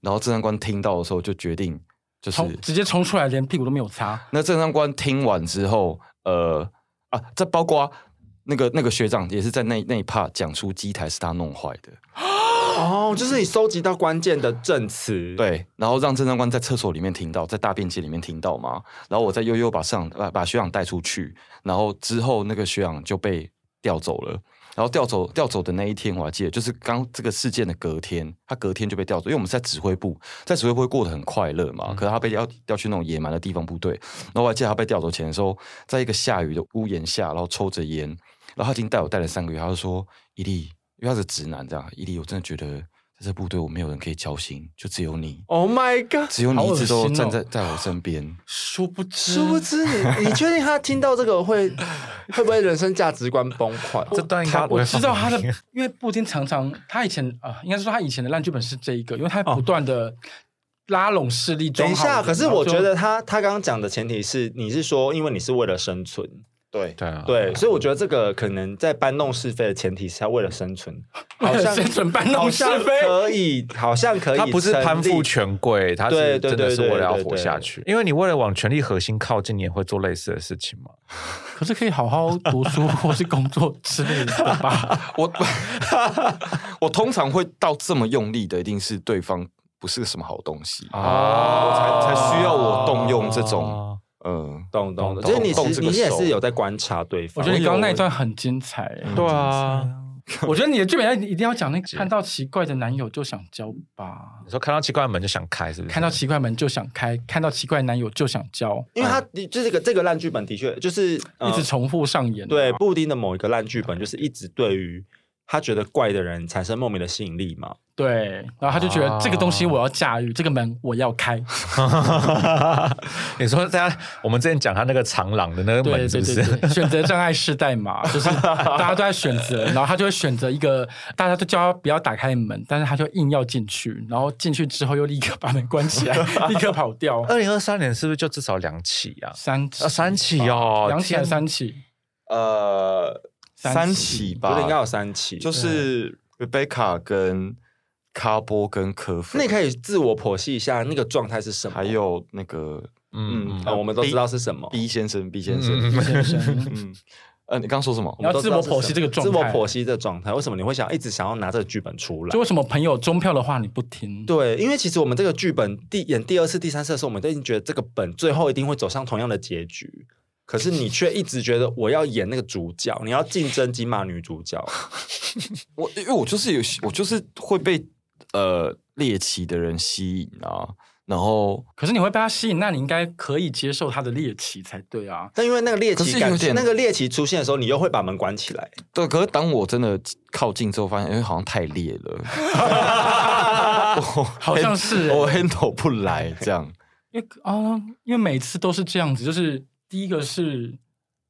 [SPEAKER 1] 然后正战官听到的时候，就决定就是
[SPEAKER 2] 冲直接冲出来，连屁股都没有擦。
[SPEAKER 1] 那正上官听完之后，呃啊，这包括那个那个学长也是在那那一 part 讲出机台是他弄坏的，
[SPEAKER 3] 哦，就是你收集到关键的证词，，
[SPEAKER 1] 对，然后让正上官在厕所里面听到，在大便间里面听到嘛，然后我再悠悠把上把把学长带出去，然后之后那个学长就被调走了。然后调走调走的那一天，我还记得，就是刚这个事件的隔天，他隔天就被调走，因为我们是在指挥部，在指挥部会过得很快乐嘛。可是他被调调去那种野蛮的地方部队，然后我还记得他被调走前的时候，在一个下雨的屋檐下，然后抽着烟，然后他已经带我带了三个月，他就说：“伊利，因为他是直男，这样伊利，我真的觉得在这部队我没有人可以交心，就只有你，
[SPEAKER 3] Oh my god！
[SPEAKER 1] 只有你
[SPEAKER 2] 好
[SPEAKER 1] 一
[SPEAKER 2] 恶
[SPEAKER 1] 直都
[SPEAKER 2] 心
[SPEAKER 1] 站
[SPEAKER 2] 哦
[SPEAKER 1] 在在我身边。
[SPEAKER 2] 殊不知，
[SPEAKER 3] 殊不知你，你确定他听到这个会会不会人生价值观崩溃？哦
[SPEAKER 4] 这段应该
[SPEAKER 2] 他
[SPEAKER 4] 不
[SPEAKER 2] 我
[SPEAKER 4] 会
[SPEAKER 2] 知道他
[SPEAKER 4] 放
[SPEAKER 2] 的
[SPEAKER 4] 进去，
[SPEAKER 2] 因为布丁常常他以前啊、应该是说他以前的烂剧本是这一个，因为他不断的拉拢势力。
[SPEAKER 3] 等一
[SPEAKER 2] 装好
[SPEAKER 3] 下，
[SPEAKER 2] 人
[SPEAKER 3] 可是我觉，
[SPEAKER 2] 然后
[SPEAKER 3] 得他他刚刚讲的前提是，你是说，因为你是为了生存，
[SPEAKER 1] 对
[SPEAKER 4] 对啊，
[SPEAKER 3] 对，所以我觉得这个可能在搬弄是非的前提是要为了生存，
[SPEAKER 2] 就
[SPEAKER 3] 好像
[SPEAKER 2] 生存 搬弄
[SPEAKER 3] 好
[SPEAKER 2] 是
[SPEAKER 3] 像
[SPEAKER 2] 非。
[SPEAKER 3] 可以，好像可以，
[SPEAKER 4] 他不是攀附，权贵，他
[SPEAKER 3] 对
[SPEAKER 4] 是
[SPEAKER 3] 对
[SPEAKER 4] 真的是
[SPEAKER 3] 对对
[SPEAKER 4] 为了要
[SPEAKER 3] 对
[SPEAKER 4] 活
[SPEAKER 3] 对
[SPEAKER 4] 下去。因为你为了往权力核心靠近，你也会做类似的事情嘛。
[SPEAKER 2] 可是可以好好读书 或是工作之类的吧？
[SPEAKER 1] 我 我通常会到这么用力的，一定是对方不是个什么好东西，
[SPEAKER 4] 啊
[SPEAKER 1] 才才需要我动用这种。嗯。
[SPEAKER 3] 懂懂懂，
[SPEAKER 4] 懂
[SPEAKER 3] 就是你
[SPEAKER 1] 懂
[SPEAKER 3] 其
[SPEAKER 1] 这
[SPEAKER 3] 实
[SPEAKER 1] 个
[SPEAKER 3] 你也
[SPEAKER 1] 手
[SPEAKER 3] 是有在观察对
[SPEAKER 2] 我
[SPEAKER 3] 方
[SPEAKER 2] 觉。得你刚刚那一
[SPEAKER 1] 有
[SPEAKER 2] 段很精彩、欸
[SPEAKER 1] 嗯
[SPEAKER 4] 对啊，
[SPEAKER 2] 我觉得你的剧本要一定要讲那个看到奇怪的男友就想交吧，
[SPEAKER 4] 你说看到奇怪的门就想开，是不是？
[SPEAKER 2] 看到奇怪门就想开，看到奇怪男友就想交，
[SPEAKER 3] 因为他就这个这个烂剧本的确就是
[SPEAKER 2] 嗯一直
[SPEAKER 3] 呃
[SPEAKER 2] 重复上演。
[SPEAKER 3] 对，布丁的某一个烂剧本，就是一直对于他觉得怪的人产生莫名的吸引力嘛。
[SPEAKER 2] 对，然后他就觉得
[SPEAKER 4] 啊
[SPEAKER 2] 这个东西我要驾驭，这个门我要开。
[SPEAKER 4] 你说在我们之前讲他那个长廊的那个
[SPEAKER 2] 对
[SPEAKER 4] 门，
[SPEAKER 2] 对
[SPEAKER 4] 是不
[SPEAKER 2] 对
[SPEAKER 4] 是？
[SPEAKER 2] 对，选择障碍世代嘛，就是大家都在选择，然后他就会选择一个大家都叫他不要打开门，但是他就硬要进去，然后进去之后又立刻把门关起来， 立刻跑掉。
[SPEAKER 4] 二零二三年是不是就至少两起啊？
[SPEAKER 2] 三起
[SPEAKER 4] 啊，呃三起哦，
[SPEAKER 2] 两起还
[SPEAKER 4] 天
[SPEAKER 2] 是三起？
[SPEAKER 1] 呃，
[SPEAKER 2] 三
[SPEAKER 1] 三
[SPEAKER 2] 起
[SPEAKER 1] 起
[SPEAKER 3] 我觉得
[SPEAKER 1] 吧，
[SPEAKER 3] 应该有三期，
[SPEAKER 1] 就是 Rebecca 跟卡波跟科
[SPEAKER 3] 那
[SPEAKER 1] 菲，
[SPEAKER 3] 你可以自我剖析一下那个状态是什么。
[SPEAKER 1] 还有那个
[SPEAKER 4] 嗯
[SPEAKER 1] 嗯
[SPEAKER 3] 呃，我们都知道是什么。
[SPEAKER 1] B 先生，B 先
[SPEAKER 4] 嗯
[SPEAKER 1] 生，
[SPEAKER 2] 先 生，
[SPEAKER 1] 哦嗯，呃，你刚说什么
[SPEAKER 3] 我？们都知道是
[SPEAKER 2] 你要自我剖析
[SPEAKER 3] 什
[SPEAKER 2] 这个
[SPEAKER 3] 么
[SPEAKER 2] 状态
[SPEAKER 3] 自我剖析的状态，为什么你会想一直想要拿这个剧本出来
[SPEAKER 2] 就？为什么朋友中票的话你不听？
[SPEAKER 3] 对，因为其实我们这个剧本第演第二次、第三次的时候，我们都已经觉得这个本最后一定会走上同样的结局，可是你却一直觉得我要演那个主角，你要竞争金马女主角，
[SPEAKER 1] 我因为我就是有，我就是会被呃猎奇的人吸引啊，然后
[SPEAKER 2] 可是你会被他吸引，那你应该可以接受他的猎奇才对啊。
[SPEAKER 3] 但因为那个猎
[SPEAKER 1] 可
[SPEAKER 3] 奇
[SPEAKER 1] 是
[SPEAKER 3] 感
[SPEAKER 1] 有，点
[SPEAKER 3] 那个猎奇出现的时候，你又会把门关起来。
[SPEAKER 1] 对，可是当我真的靠近之后，发现哎因为好像太烈 了，我
[SPEAKER 2] 好像是欸
[SPEAKER 1] 我 handle 不来这样。
[SPEAKER 2] 因为啊、因为每次都是这样子，就是第一个是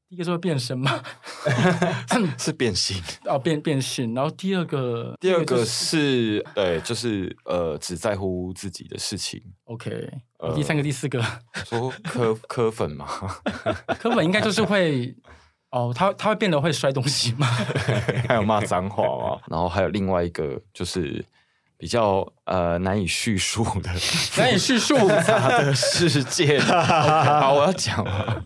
[SPEAKER 2] 第一个是会变身嘛，
[SPEAKER 1] 是变性。
[SPEAKER 2] 哦变变性，然后第二个
[SPEAKER 1] 第二
[SPEAKER 2] 就
[SPEAKER 1] 个
[SPEAKER 2] 是
[SPEAKER 1] 是，对，就是呃，只在乎自己的事情。
[SPEAKER 2] OK，、
[SPEAKER 1] 呃
[SPEAKER 2] 第三个第四个
[SPEAKER 1] 说磕磕粉嘛，
[SPEAKER 2] 科本应该就是会哦，他他会变得会摔东西 嘛，
[SPEAKER 1] 还有骂脏话嘛，然后还有另外一个就是比较呃难以叙述的
[SPEAKER 2] 难以叙述，
[SPEAKER 1] 他的事 件。好，我要讲了。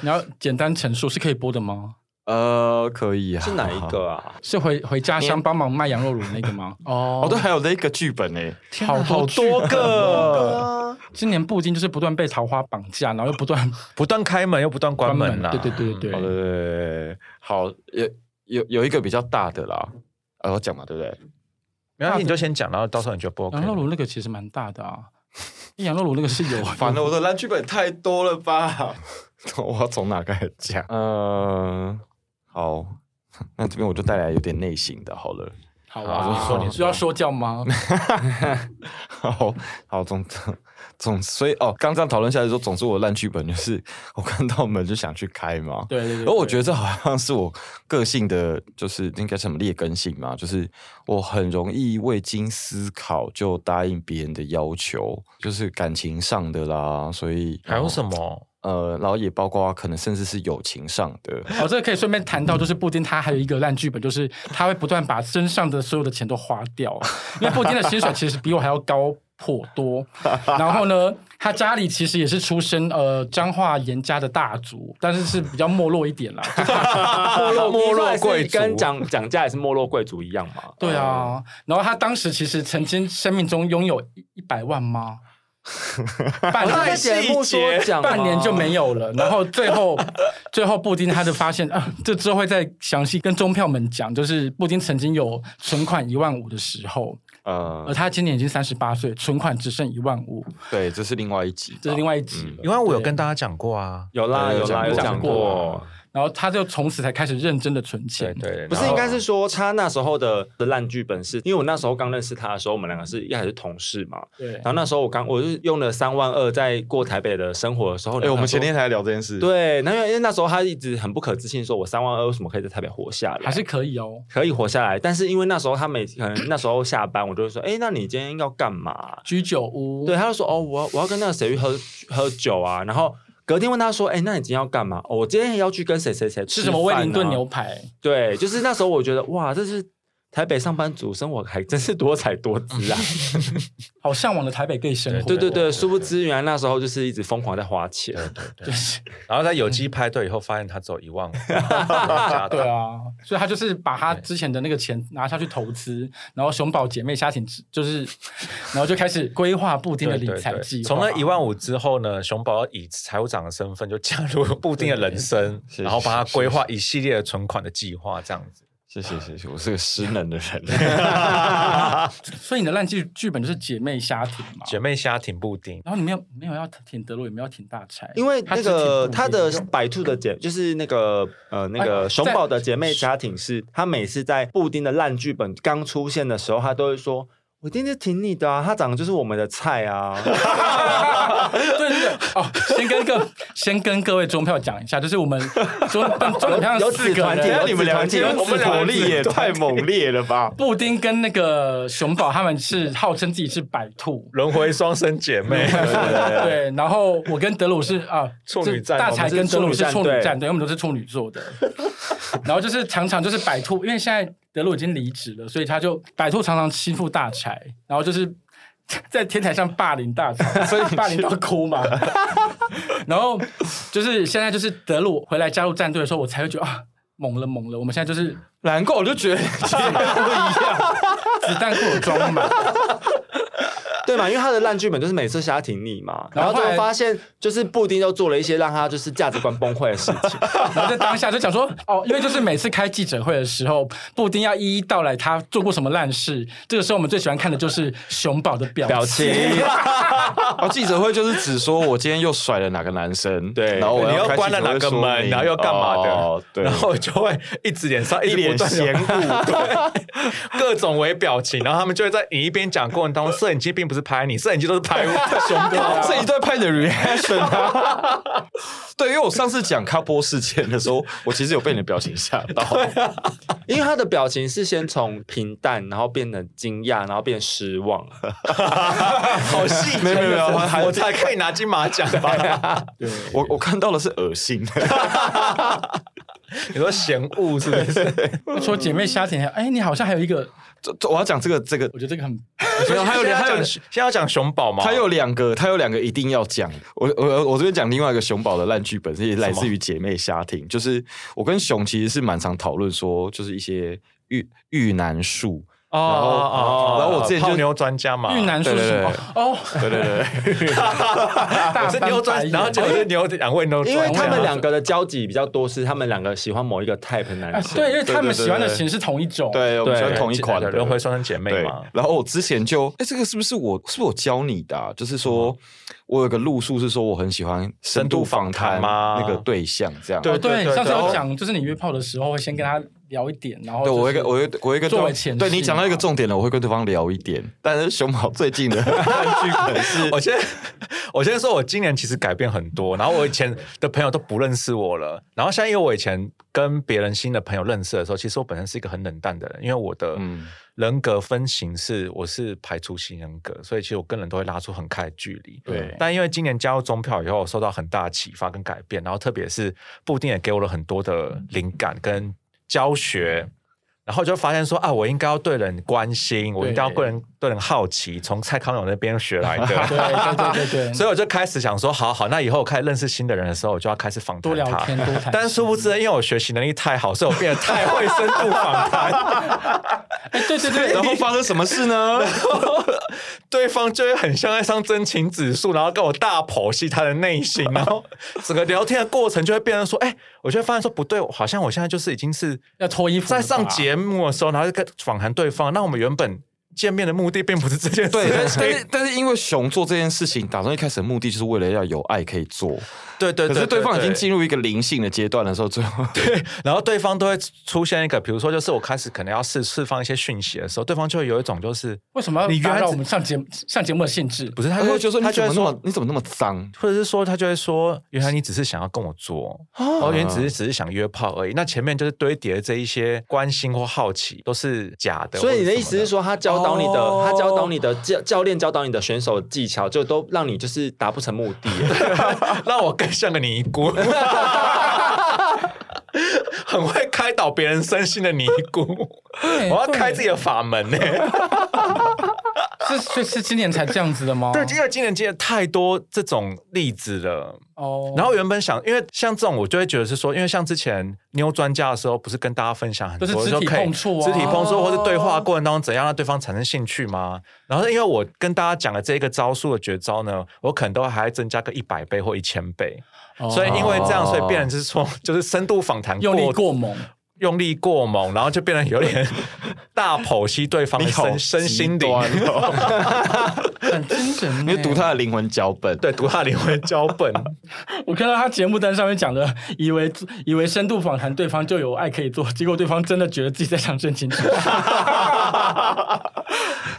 [SPEAKER 2] 你要简单陈述是可以播的吗？
[SPEAKER 1] 呃，可以啊。
[SPEAKER 3] 是哪一？个啊？
[SPEAKER 2] 是回回家乡帮忙卖羊肉卤的那个吗？哦
[SPEAKER 1] 哦，对，还有那个剧本欸呢。
[SPEAKER 2] 好多剧
[SPEAKER 4] 多个，
[SPEAKER 1] 啊
[SPEAKER 2] 今年布丁就是不断被桃花绑架，然后又不断
[SPEAKER 4] 不断开门又不断关门啦、啊
[SPEAKER 2] 对对对对
[SPEAKER 1] 嗯好
[SPEAKER 2] 对，
[SPEAKER 1] 的，好，有有有一个比较大的啦，啊我讲嘛，对不对？
[SPEAKER 4] 没关系，你就先讲，然后到时候你就不 OK
[SPEAKER 2] 羊。肉炉那个其实蛮大 的啊，因为羊肉炉那个是有
[SPEAKER 1] 反正我的烂剧本太多了吧？我要从哪开始讲？ 呃，好，那这边我就带来有点类型的，好 了。
[SPEAKER 2] 好
[SPEAKER 1] 好
[SPEAKER 2] 啊，
[SPEAKER 1] 你说你
[SPEAKER 2] 需要说教吗？
[SPEAKER 1] 好好，总总所以哦，刚这样讨论下来说，总之我的烂剧本就是我看到门就想去开嘛。
[SPEAKER 2] 对 对对对，
[SPEAKER 1] 然后我觉得这好像是我个性的，就是应该什么劣根性嘛，就是我很容易未经思考就答应别人的要求，就是感情上的啦，所以
[SPEAKER 4] 还有
[SPEAKER 1] 么？
[SPEAKER 4] 什么？
[SPEAKER 1] 呃，然后也包括可能甚至是友情上的，
[SPEAKER 2] 哦，这个可以顺便谈到，就是布丁他还有一个烂剧本，就是他会不断把身上的所有的钱都花掉，啊因为布丁的薪水其实比我还要高颇多。然后呢，他家里其实也是出身呃彰化严家的大族，但是是比较没落一点啦。
[SPEAKER 3] 没落
[SPEAKER 4] 没落贵族
[SPEAKER 3] 跟讲讲价也是没落贵族一样嘛？ 呃
[SPEAKER 2] 对
[SPEAKER 3] 哦
[SPEAKER 2] 啊，然后他当时其实曾经生命中拥有一一百 万吗？半
[SPEAKER 3] 我在
[SPEAKER 2] 年
[SPEAKER 3] 节目说讲吗
[SPEAKER 2] 半年就没有了，然后最后 最后布丁他就发现啊，这之后会再详细跟中票们讲，就是布丁曾经有存款一万五的时候，
[SPEAKER 3] 嗯
[SPEAKER 2] 而
[SPEAKER 4] 啊
[SPEAKER 1] 呃，
[SPEAKER 2] 他今年已经三十八岁，存款只剩一万五，
[SPEAKER 1] 对，这是另外一 集吧，
[SPEAKER 2] 这是另外一集
[SPEAKER 1] 嗯
[SPEAKER 2] 了。
[SPEAKER 4] 因为我有
[SPEAKER 2] 对
[SPEAKER 4] 跟大家讲过啊，
[SPEAKER 3] 有啦
[SPEAKER 1] 对
[SPEAKER 3] 有啦
[SPEAKER 1] 有
[SPEAKER 3] 有
[SPEAKER 1] 讲
[SPEAKER 3] 讲过
[SPEAKER 1] 过，
[SPEAKER 3] 嗯
[SPEAKER 2] 然后他就从此才开始认真的存钱。
[SPEAKER 4] 对
[SPEAKER 3] 不是应该是说他那时候的的烂剧本是，因为我那时候刚认识他的时候，我们两个是一开始是同事嘛，
[SPEAKER 2] 对
[SPEAKER 3] 然后那时候我刚我就是用了三万二在过台北的生活的时候，
[SPEAKER 1] 哎、
[SPEAKER 3] 然后
[SPEAKER 1] 我们
[SPEAKER 3] 他说
[SPEAKER 1] 前天才聊这件事，，
[SPEAKER 3] 对，那因为因为那时候他一直很不可置信，说我三万二为什么可以在台北活下来？
[SPEAKER 2] 还是可以哦。
[SPEAKER 3] 可以活下来，但是因为那时候他每可能那时候下班，我就会说，哎、那你今天要干嘛？
[SPEAKER 2] 居酒屋，
[SPEAKER 3] 对，他就说哦，我我要跟那个谁去喝喝酒啊，然后隔天问他说，哎、那你今天要干嘛？哦，我今天要去跟谁谁谁吃、啊
[SPEAKER 2] 吃什么威灵顿牛？排？
[SPEAKER 3] 对，就是那时候我觉得哇，这是台北上班族生活还真是多彩多 姿啊！
[SPEAKER 2] 好向往的台北 gay 生活。
[SPEAKER 3] 对对对，殊不知原来那时候就是一直疯狂在花钱。
[SPEAKER 2] 就是
[SPEAKER 4] 然后在有机派对以后，发现他只有一万五， 加
[SPEAKER 2] 对啊， 所以他就是把他之前的那个钱拿下去投资，然后熊宝姐妹家庭就是，然后就开始规划布丁的理财计划。
[SPEAKER 4] 从那一万五之后呢，熊宝以财务长的身份就加入布丁的人生，
[SPEAKER 1] 是
[SPEAKER 4] 然后帮他
[SPEAKER 1] 是是
[SPEAKER 4] 规划一系列的存款的计划，这样子。
[SPEAKER 1] 谢谢谢谢，我是个失能的人，
[SPEAKER 2] 所以你的烂剧剧本就是姐妹家庭嘛。
[SPEAKER 4] 姐妹虾挺布丁，
[SPEAKER 2] 然后你没有没有要挺德鲁，也没有要挺大柴，
[SPEAKER 3] 因为
[SPEAKER 2] 他
[SPEAKER 3] 那
[SPEAKER 2] 只挺布
[SPEAKER 3] 个
[SPEAKER 2] 丁
[SPEAKER 3] 他的百兔的姐，就是那个呃那
[SPEAKER 2] 哎
[SPEAKER 3] 个熊
[SPEAKER 2] 在
[SPEAKER 3] 宝的姐妹家庭是，她每次在布丁的烂剧本刚出现的时候，她都会说：“我今天挺你的啊，她长得就是我们的菜啊。
[SPEAKER 2] 对对对哦，先跟各先跟各位中票讲一下，就是我们中中票上
[SPEAKER 3] 有
[SPEAKER 2] 四
[SPEAKER 3] 子
[SPEAKER 2] 个
[SPEAKER 3] 团体
[SPEAKER 2] 人
[SPEAKER 3] 有，
[SPEAKER 1] 你们两个
[SPEAKER 3] 我们两个
[SPEAKER 1] 火力也
[SPEAKER 3] 自
[SPEAKER 1] 太猛烈了吧？
[SPEAKER 2] 布丁跟那个熊宝他们是号称自己是百兔，
[SPEAKER 4] 轮回双生 姐妹，
[SPEAKER 2] 对，然后我跟德鲁是啊，
[SPEAKER 4] 处女战
[SPEAKER 2] 大才跟德鲁是
[SPEAKER 3] 我们是
[SPEAKER 2] 处
[SPEAKER 3] 处女
[SPEAKER 2] 女
[SPEAKER 3] 战
[SPEAKER 2] 战队，我们都是处女座的。 然后就是常常就是摆兔，因为现在德鲁已经离职了，所以他就摆兔常常欺负大柴，然后就是在天台上霸凌大柴，所以霸凌到哭嘛。 然后就是现在就是德鲁回来加入战队的时候，我才会觉得啊，猛了猛了，我们现在就是
[SPEAKER 1] 难怪我就觉得
[SPEAKER 2] 不一样，子弹库有装满。”
[SPEAKER 3] 对对嘛？因为他的烂剧本就是每次瞎挺你嘛，然后
[SPEAKER 2] 然后后
[SPEAKER 3] 就
[SPEAKER 2] 来
[SPEAKER 3] 发现就是布丁都做了一些让他就是价值观崩溃的事情。
[SPEAKER 2] 然后在当下就想说，哦，因为就是每次开记者会的时候，布丁要一一道来他做过什么烂事。这个时候我们最喜欢看的就是熊宝的表
[SPEAKER 3] 表
[SPEAKER 2] 情。
[SPEAKER 3] 情，
[SPEAKER 1] 哦，记者会就是只说我今天又甩了哪个男生，
[SPEAKER 3] 对
[SPEAKER 1] 然后我
[SPEAKER 4] 你又
[SPEAKER 1] 开
[SPEAKER 4] 关了
[SPEAKER 1] 记者
[SPEAKER 4] 哪
[SPEAKER 1] 会
[SPEAKER 4] 个
[SPEAKER 1] 说
[SPEAKER 4] 门，
[SPEAKER 1] 明
[SPEAKER 4] 然后又干嘛的
[SPEAKER 1] 哦， 对，
[SPEAKER 4] 然后我就会一直脸上
[SPEAKER 1] 一
[SPEAKER 4] 直不
[SPEAKER 1] 脸
[SPEAKER 4] 断地
[SPEAKER 1] 嫌恶，
[SPEAKER 4] 各种微表情，然后他们就会在你一边讲过程当中，摄影机并不是拍你，摄影机都是拍我熊的。
[SPEAKER 1] 这一段拍你的 reaction 啊。 对，因为我上次讲卡波事件的时候，我其实有被你的表情吓 到。
[SPEAKER 3] 因为他的表情是先从平淡，然后变得惊讶，然后变失望。
[SPEAKER 4] 好细
[SPEAKER 1] 没有没有没有还
[SPEAKER 4] 我才可以拿金马奖吧？
[SPEAKER 1] 我我看到的是恶心 的，
[SPEAKER 4] 你说嫌恶是不是？
[SPEAKER 2] 说姐妹瞎挺，哎，你好像还有一个，
[SPEAKER 1] 这这我要讲这个这个
[SPEAKER 2] 我觉得这个很
[SPEAKER 4] 没有，还有
[SPEAKER 1] 现在
[SPEAKER 4] 还有，
[SPEAKER 1] 讲
[SPEAKER 4] 现在要讲熊宝吗？
[SPEAKER 1] 他有两个，他有两个一定要讲。我我我这边讲另外一个熊宝的烂剧本，也来自于姐妹瞎听。就是我跟熊其实是蛮常讨论说，就是一些遇遇难术。
[SPEAKER 4] 哦哦哦，
[SPEAKER 1] 然后我之前就
[SPEAKER 4] 泡妞专家嘛，
[SPEAKER 2] 玉男术是什么
[SPEAKER 1] 对对？
[SPEAKER 2] 哦，
[SPEAKER 1] 对对对，
[SPEAKER 2] 大
[SPEAKER 4] 我是妞
[SPEAKER 2] 翻白
[SPEAKER 4] 专，然后
[SPEAKER 2] 眼。
[SPEAKER 4] 结果是妞两位妞专
[SPEAKER 3] 因
[SPEAKER 4] 家，
[SPEAKER 3] 为他
[SPEAKER 1] 啊
[SPEAKER 3] 们两个的交集比较多，是他们两个喜欢某一个 type 的
[SPEAKER 2] 啊
[SPEAKER 3] 男生。
[SPEAKER 2] 对，因为他们喜欢的
[SPEAKER 1] 对对对
[SPEAKER 2] 型是同一种。
[SPEAKER 1] 对我们喜欢同一款的
[SPEAKER 4] 轮回双生姐妹
[SPEAKER 1] 对
[SPEAKER 4] 嘛，。
[SPEAKER 1] 然后我之前就，哎、这个是不是我是不是我教你的、啊？就是说、我有个路数是说我很喜欢深度访
[SPEAKER 4] 深
[SPEAKER 1] 谈
[SPEAKER 4] 度访谈吗
[SPEAKER 1] 那个对象这样。
[SPEAKER 4] 对
[SPEAKER 2] 哦，
[SPEAKER 4] 对
[SPEAKER 2] 对，
[SPEAKER 4] 对
[SPEAKER 2] 上次
[SPEAKER 4] 然后
[SPEAKER 2] 有讲，就是你约炮的时候会先跟他聊一点，然后
[SPEAKER 1] 对，
[SPEAKER 2] 就是
[SPEAKER 1] 我会跟我会我会跟
[SPEAKER 2] 作为
[SPEAKER 1] 对
[SPEAKER 2] 前
[SPEAKER 1] 方
[SPEAKER 2] 戏
[SPEAKER 1] 对你讲到一个
[SPEAKER 2] 嘛
[SPEAKER 1] 重点了，我会跟对方聊一点。但是熊宝最近的 烂剧本是
[SPEAKER 4] 我先，我先说，我今年其实改变很多，然后我以前的朋友都不认识我了，然后像因为我以前跟别人新的朋友认识的时候，其实我本身是一个很冷淡的人，因为我的
[SPEAKER 1] 嗯
[SPEAKER 4] 人格分型是我是排除型人格，所以其实我跟人都会拉出很开的距离。
[SPEAKER 2] 对
[SPEAKER 4] 但因为今年加入中票以后，我受到很大的启发跟改变，然后特别是布丁也给我了很多的灵感跟教学。嗯然后就发现说啊，我应该要对人关心，我应该要对人对人好奇，从蔡康永那边学来的。
[SPEAKER 2] 对 对对对对，
[SPEAKER 4] 所以我就开始想说，好好，那以后我开始认识新的人的时候，我就要开始访
[SPEAKER 2] 多
[SPEAKER 4] 谈
[SPEAKER 2] 聊
[SPEAKER 4] 他
[SPEAKER 2] 天。多谈心。
[SPEAKER 4] 但殊不知，因为我学习能力太好，所以我变得太会深度访谈，
[SPEAKER 2] 哎，对对对，
[SPEAKER 1] 然后发生什么事呢？
[SPEAKER 4] 对方就会很像在上真情指数，然后跟我大剖析他的 内心，然后整个聊天的过程就会变成说，哎、我就会发现说不对，好像我现在就是已经是
[SPEAKER 2] 要脱衣服
[SPEAKER 4] 在
[SPEAKER 2] 了吧
[SPEAKER 4] 上节目的时候，然后就跟访谈对方，那我们原本见面的目的并不是这件事，
[SPEAKER 1] 对，但是但是但是因为熊做这件事情，打算一开始的目的就是为了要有爱可以做，
[SPEAKER 4] 对对对，
[SPEAKER 1] 可是对方已经
[SPEAKER 4] 对
[SPEAKER 1] 进入一个灵性的阶段的时候，最后
[SPEAKER 4] 对，然后对方都会出现一个，比如说，就是我开始可能要释释放一些讯息的时候，对方就会有一种就是
[SPEAKER 2] 为什么
[SPEAKER 4] 你
[SPEAKER 2] 要
[SPEAKER 4] 原来
[SPEAKER 2] 打扰
[SPEAKER 4] 只
[SPEAKER 2] 我们上节目上节目的性质？
[SPEAKER 4] 不是，他
[SPEAKER 1] 他
[SPEAKER 4] 就
[SPEAKER 1] 会
[SPEAKER 4] 会
[SPEAKER 1] 觉得说你
[SPEAKER 4] 他就
[SPEAKER 1] 怎么那
[SPEAKER 4] 会说
[SPEAKER 1] 么，你怎么那么脏？
[SPEAKER 4] 或者是说他就会说，原来你只是想要跟我做，哦，原来只是只是想约炮而已。那前面就是堆叠这一些关心或好奇都是假的，
[SPEAKER 3] 所以你
[SPEAKER 4] 或者
[SPEAKER 3] 的
[SPEAKER 4] 什么
[SPEAKER 3] 意思是，说，他教导你的，
[SPEAKER 1] 哦
[SPEAKER 3] 他教导你的教教练教导你的选手技巧，就都让你就是达不成目的耶。
[SPEAKER 4] 让我更像个尼姑， 很会开导别人身心的尼姑，
[SPEAKER 2] 我
[SPEAKER 4] 我要开自己的法门呢、
[SPEAKER 2] 是 是是今年才这样子的吗？
[SPEAKER 4] 对，因为今年见了太多这种例子了。
[SPEAKER 2] 哦，
[SPEAKER 4] 然后原本想，因为像这种，我就会觉得是说，因为像之前妞专家的时候，不是跟大家分享很多，
[SPEAKER 2] 都是肢
[SPEAKER 4] 就
[SPEAKER 2] 体
[SPEAKER 4] 可以
[SPEAKER 2] 碰触啊
[SPEAKER 4] 肢体碰触或是对话过程当中怎样让对方产生兴趣吗？然后因为我跟大家讲的这个招数的绝招呢，我可能都还增加个一百倍或一千倍，
[SPEAKER 2] 哦
[SPEAKER 4] 所以因为这样，
[SPEAKER 1] 哦
[SPEAKER 4] 所以变成是说，就是深度访 谈
[SPEAKER 2] 用力过猛，
[SPEAKER 4] 用力过猛，然后就变得有点大剖析对方的
[SPEAKER 2] 哦
[SPEAKER 4] 身身心
[SPEAKER 1] 极
[SPEAKER 4] 灵。
[SPEAKER 1] 端哦，
[SPEAKER 2] 很欸精 神。
[SPEAKER 4] 哎
[SPEAKER 1] 你就读，他的灵魂脚本。
[SPEAKER 4] 对，读他灵魂脚本，
[SPEAKER 2] 我看到他节目单上面讲的，以为以为深度访谈对方就有爱可以做，结果对方真的觉得自己在上正经事。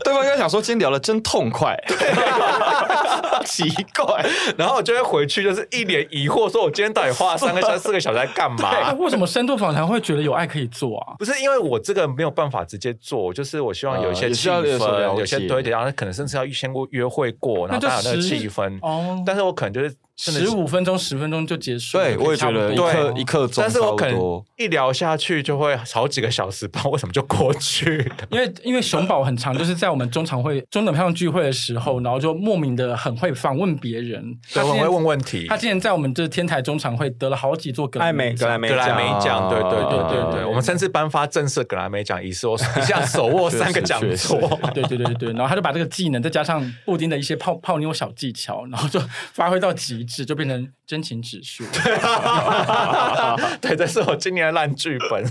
[SPEAKER 1] 对方应该想说今天聊的真痛快，
[SPEAKER 4] 啊
[SPEAKER 1] 奇怪，
[SPEAKER 4] 然后我就会回去，就是一脸疑惑，说我今天到底花了三个小时、四个小时在干嘛
[SPEAKER 2] 哎？为什么深度访谈会觉得有爱可以做啊？
[SPEAKER 4] 不是因为我这个没有办法直接做，就是我希望有一些
[SPEAKER 1] 呃也
[SPEAKER 4] 气
[SPEAKER 1] 需要有所
[SPEAKER 4] 氛，
[SPEAKER 1] 了
[SPEAKER 4] 有些
[SPEAKER 1] 解
[SPEAKER 4] 堆叠，然后可能甚至要预先过约会过，然
[SPEAKER 2] 那
[SPEAKER 4] 后
[SPEAKER 2] 就
[SPEAKER 4] 大家有那个
[SPEAKER 2] 实
[SPEAKER 4] 气氛。
[SPEAKER 2] 哦，
[SPEAKER 4] 嗯但是我可能就是真的
[SPEAKER 2] 十
[SPEAKER 4] 是
[SPEAKER 2] 五分钟、十分钟就结束了。
[SPEAKER 1] 对，我也觉得一
[SPEAKER 4] 对啊
[SPEAKER 2] 啊
[SPEAKER 1] 刻一刻钟
[SPEAKER 4] 但是
[SPEAKER 1] 差
[SPEAKER 4] 我
[SPEAKER 1] 不
[SPEAKER 4] 可能
[SPEAKER 1] 多。
[SPEAKER 4] 一聊下去就会好几个小时吧，为什么就过去了？
[SPEAKER 2] 因为因为熊宝很长，就是在我们中场会、中等票聚会的时候，然后就莫名的很会访问别人。
[SPEAKER 4] 对，
[SPEAKER 2] 他
[SPEAKER 4] 我
[SPEAKER 2] 之
[SPEAKER 4] 很
[SPEAKER 2] 前
[SPEAKER 4] 会问问题
[SPEAKER 2] 他。之前在我们这天台中场会得了好几座格莱
[SPEAKER 3] 艾美格莱美
[SPEAKER 4] 格莱美
[SPEAKER 3] 奖，
[SPEAKER 4] 奖，对对对
[SPEAKER 1] 啊
[SPEAKER 4] 对对对，我们甚至颁发正式格莱美奖仪式，我一下手握三个奖
[SPEAKER 1] 确实确
[SPEAKER 4] 座。
[SPEAKER 2] 对对对对对，然后他就把这个技能再加上布丁的一些泡泡妞小技巧，然后就发挥到极致，就变成真情指数。
[SPEAKER 4] 对，这是我今年的烂剧本。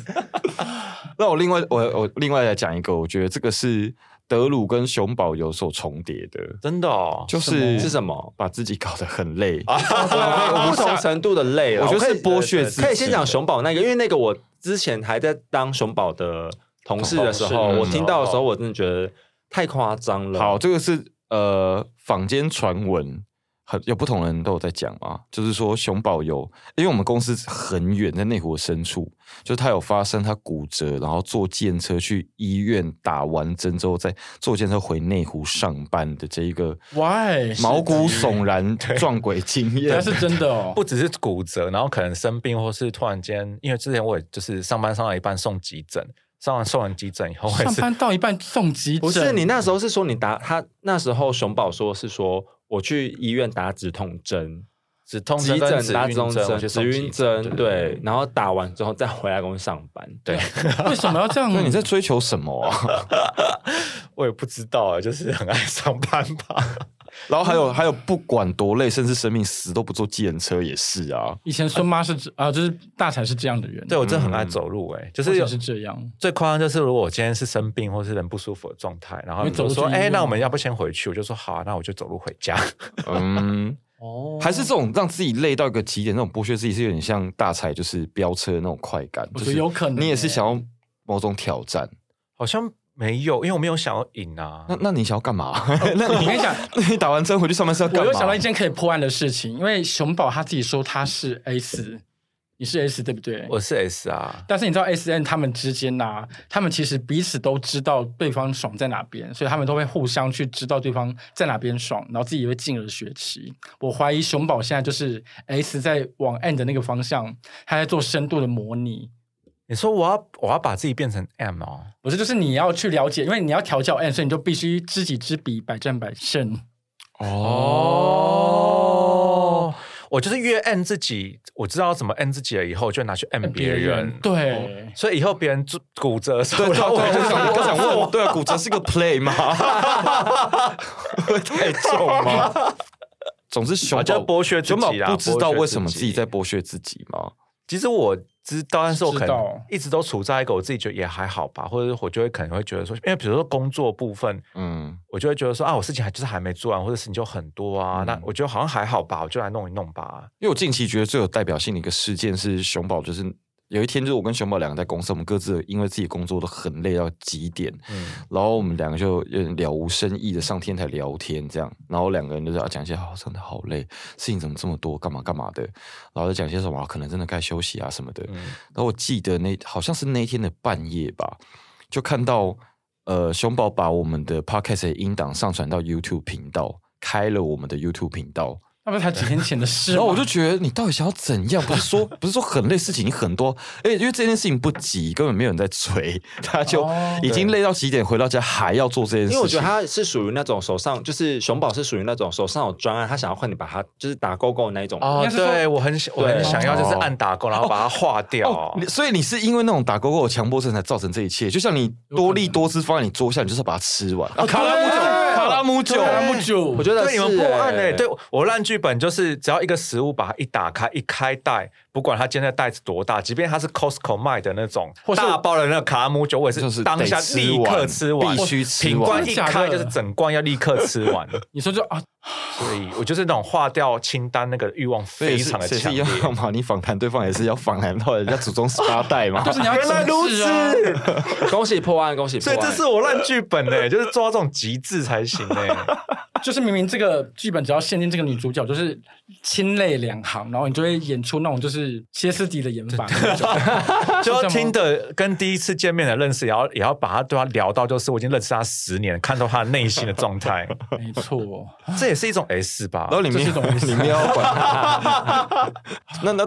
[SPEAKER 1] 那我另外我我另外来讲一个，我觉得这个是德鲁跟熊宝有所重叠的，
[SPEAKER 4] 真的哦，
[SPEAKER 1] 就是是
[SPEAKER 3] 是什么？
[SPEAKER 1] 把自己搞得很累。
[SPEAKER 3] 我不同程度的累了，
[SPEAKER 1] 啊我觉得
[SPEAKER 3] 可以
[SPEAKER 1] 是剥削自己
[SPEAKER 3] 可以先讲熊宝那个，因为那个我之前还在当熊宝的同事的时候，
[SPEAKER 1] 同事嗯
[SPEAKER 3] 我听到的时候，我真的觉得太夸张了。
[SPEAKER 1] 好，，这个是呃坊间传闻，很有不同人都有在讲嘛，就是说熊宝有，因为我们公司很远，在内湖的深处，就是他有发生他骨折，然后坐电车去医院打完针之后，再坐电车回内湖上班的这一个
[SPEAKER 2] Why？
[SPEAKER 1] 毛骨悚然撞鬼经
[SPEAKER 2] 那
[SPEAKER 1] 验，
[SPEAKER 2] 是真的哦，
[SPEAKER 4] 不只是骨折，然后可能生病，或是突然间，因为之前我也就是上班上到一半送急诊，上完送完急诊以后，我也
[SPEAKER 2] 上
[SPEAKER 4] 是
[SPEAKER 2] 班到一半送急诊，
[SPEAKER 3] 不是
[SPEAKER 1] 嗯
[SPEAKER 3] 你那时候是说你打他那时候熊宝说是说我去医院打止痛针，
[SPEAKER 4] 止痛
[SPEAKER 3] 急
[SPEAKER 4] 针跟
[SPEAKER 3] 诊
[SPEAKER 4] 止
[SPEAKER 3] 打
[SPEAKER 4] 晕
[SPEAKER 3] 止痛
[SPEAKER 4] 针，我
[SPEAKER 3] 针、
[SPEAKER 4] 去
[SPEAKER 3] 止
[SPEAKER 4] 送
[SPEAKER 3] 晕
[SPEAKER 4] 急
[SPEAKER 3] 针，
[SPEAKER 4] 诊，
[SPEAKER 3] 对，然后打完之后再回来公司上班， 对，
[SPEAKER 2] 为什么要这样？
[SPEAKER 1] 那你在追求什么 啊？
[SPEAKER 4] 我也不知道啊，就是很爱上班吧。
[SPEAKER 1] 然后还有还有，不管多累，甚至生命死都不坐计程车也是啊。
[SPEAKER 2] 以前孙妈是这啊、就是大才是这样的人，
[SPEAKER 4] 对，我真的很爱走路、欸，哎、就
[SPEAKER 2] 不
[SPEAKER 4] 是
[SPEAKER 2] 是
[SPEAKER 4] 有
[SPEAKER 2] 是这样。
[SPEAKER 4] 最夸张就是，如果我今天是生病或是人不舒服的状态，然后
[SPEAKER 2] 你
[SPEAKER 4] 我
[SPEAKER 2] 走
[SPEAKER 4] 说，
[SPEAKER 2] 路去医
[SPEAKER 4] 哎、
[SPEAKER 2] 院
[SPEAKER 4] 那我们要不先回去？我就说好、啊，那我就走路回家。
[SPEAKER 1] 嗯，
[SPEAKER 2] 哦
[SPEAKER 1] 还是这种让自己累到一个极点，那种剥削自己是有点像大彩，就是飙车那种快感。
[SPEAKER 2] 我
[SPEAKER 1] 就
[SPEAKER 2] 觉得
[SPEAKER 1] 是
[SPEAKER 2] 有可能欸
[SPEAKER 1] 你也是想要某种挑战。
[SPEAKER 4] 好像没有，因为我没有想要赢啊
[SPEAKER 1] 那。那你想要干嘛？ 那你
[SPEAKER 2] 我跟你讲，
[SPEAKER 1] 那你打完针回去上班是要干
[SPEAKER 2] 我
[SPEAKER 1] 嘛？
[SPEAKER 2] 又想到一件可以破案的事情，因为熊宝他自己说他是 S，你是 S 对不对？
[SPEAKER 4] 我是 S 啊，
[SPEAKER 2] 但是你知道 S N 他们之间呐、他们其实彼此都知道对方爽在哪边，所以他们都会互相去知道对方在哪边爽，然后自己也会进而学习。我怀疑熊宝现在就是 S 在往 N 的那个方向，他在做深度的模拟。
[SPEAKER 4] 你说我要我要把自己变成 M 哦，
[SPEAKER 2] 不是，就是你要去了解，因为你要调教 N，所以你就必须知己知彼，百战百胜。哦
[SPEAKER 4] 哦，我就是越摁自己，我知道怎么摁自己了，以后就拿去摁别人。哦
[SPEAKER 2] 对，
[SPEAKER 4] 所以以后别人骨骨折的时候，
[SPEAKER 1] 对，对啊
[SPEAKER 4] 然
[SPEAKER 1] 对，
[SPEAKER 4] 后
[SPEAKER 1] 我
[SPEAKER 4] 我
[SPEAKER 1] 想
[SPEAKER 4] 就想，
[SPEAKER 1] 我
[SPEAKER 4] 我
[SPEAKER 1] 想
[SPEAKER 4] 想
[SPEAKER 1] 问，
[SPEAKER 4] 问，
[SPEAKER 1] 对啊，骨折是个 play 吗？ 会太重吗？总之，熊
[SPEAKER 4] 啊就
[SPEAKER 1] 宝
[SPEAKER 4] 是剥削自
[SPEAKER 1] 熊宝
[SPEAKER 4] 己啦
[SPEAKER 1] 不知道
[SPEAKER 4] 剥削
[SPEAKER 1] 为什么
[SPEAKER 4] 自己
[SPEAKER 1] 自己在剥削自己吗？
[SPEAKER 4] 其实我知道，但是我可
[SPEAKER 2] 知道
[SPEAKER 4] 能一直都处在一个我自己觉得也还好吧，或者我就会可能会觉得说，因为比如说工作部分，
[SPEAKER 1] 嗯，
[SPEAKER 4] 我就会觉得说啊，我事情还就是还没做完，或者事情就很多
[SPEAKER 1] 嗯
[SPEAKER 4] 啊，那我觉得好像还好吧，我就来弄一弄吧。
[SPEAKER 1] 因为我近期觉得最有代表性的一个事件是熊宝，就是有一天就是我跟熊宝两个在公司，我们各自因为自己工作都很累到极点，
[SPEAKER 4] 嗯，
[SPEAKER 1] 然后我们两个就有点了无深意的上天台聊天这样，然后两个人就在啊讲一些好、真的好累，事情怎么这么多，干嘛干嘛的，然后再讲些什么、啊可能真的该休息啊什么的。
[SPEAKER 4] 嗯
[SPEAKER 1] 然后我记得那好像是那一天的半夜吧，就看到呃熊宝把我们的 podcast 的音档上传到 YouTube 频道，开了我们的 YouTube 频道。
[SPEAKER 2] 那不是才几天前的事
[SPEAKER 1] 然
[SPEAKER 2] 吗？
[SPEAKER 1] 后我就觉得你到底想要怎样？不是 说不是说很累事情，你很多，而且因为这件事情不急，根本没有人在催，他就
[SPEAKER 2] 哦
[SPEAKER 1] 已经累到极点，回到家还要做这件事
[SPEAKER 3] 因
[SPEAKER 1] 情。
[SPEAKER 3] 为我觉得他是属于那种手上，就是熊宝是属于那种手上有专案，他想要快点把它就是打勾勾的那一种。
[SPEAKER 4] 哦
[SPEAKER 2] 应该，是说
[SPEAKER 4] 对我很想我
[SPEAKER 3] 对
[SPEAKER 4] 很想要就是
[SPEAKER 1] 哦
[SPEAKER 4] 按打工，然后把它化掉。
[SPEAKER 1] 哦，你所以你是因为那种打勾勾的强迫症才造成这一切，就像你多利多汁放在你桌下，你就是要把它吃完。啊，卡拉姆酒，卡拉姆酒，
[SPEAKER 2] 哦拉姆酒，
[SPEAKER 3] 我觉得
[SPEAKER 4] 对你们
[SPEAKER 3] 是
[SPEAKER 4] 破案哎、
[SPEAKER 3] 欸
[SPEAKER 4] 对我烂剧本就是只要一个食物把它一打开一开袋，不管它今天的袋子多大，即便它是 Costco 卖的那种
[SPEAKER 2] 或是
[SPEAKER 4] 大包的那个卡拉姆酒，我也
[SPEAKER 1] 就是是
[SPEAKER 4] 当下
[SPEAKER 1] 得吃
[SPEAKER 4] 立刻
[SPEAKER 1] 完
[SPEAKER 4] 吃完，
[SPEAKER 1] 必须吃
[SPEAKER 4] 瓶
[SPEAKER 1] 完
[SPEAKER 4] 罐一
[SPEAKER 2] 真的假
[SPEAKER 4] 开
[SPEAKER 2] 的
[SPEAKER 4] 就是整罐要立刻吃完，
[SPEAKER 2] 你说就啊，
[SPEAKER 4] 所以我就是那种化掉清单那个欲望
[SPEAKER 1] 所以
[SPEAKER 4] 非
[SPEAKER 1] 也是
[SPEAKER 4] 常的
[SPEAKER 1] 所以
[SPEAKER 4] 强
[SPEAKER 1] 是一
[SPEAKER 4] 烈。
[SPEAKER 1] 样嘛？你访谈对方也是要访谈到人家祖宗十八代嘛？
[SPEAKER 2] 就是你要
[SPEAKER 4] 原来如
[SPEAKER 2] 精致啊
[SPEAKER 4] 此，
[SPEAKER 3] 恭喜破案，恭喜破
[SPEAKER 4] 所以
[SPEAKER 3] 案！
[SPEAKER 4] 欸这是我烂剧本哎、就是做到这种极致才行 呢。
[SPEAKER 2] 就是明明这个剧本只要限定这个女主角就是清泪两行，然后你就会演出那种就是歇斯底的演法那种。
[SPEAKER 4] 就要
[SPEAKER 2] 是这样
[SPEAKER 4] 听
[SPEAKER 2] 吗
[SPEAKER 4] 的跟第一次见面的认识，也要也要把他对他聊到，就是我已经认识他十年，看到他内心的状态，
[SPEAKER 2] 没错，
[SPEAKER 4] 这也是一种 S 吧
[SPEAKER 1] 然后。里面
[SPEAKER 2] 这是一种意思
[SPEAKER 1] 里面要 管，那那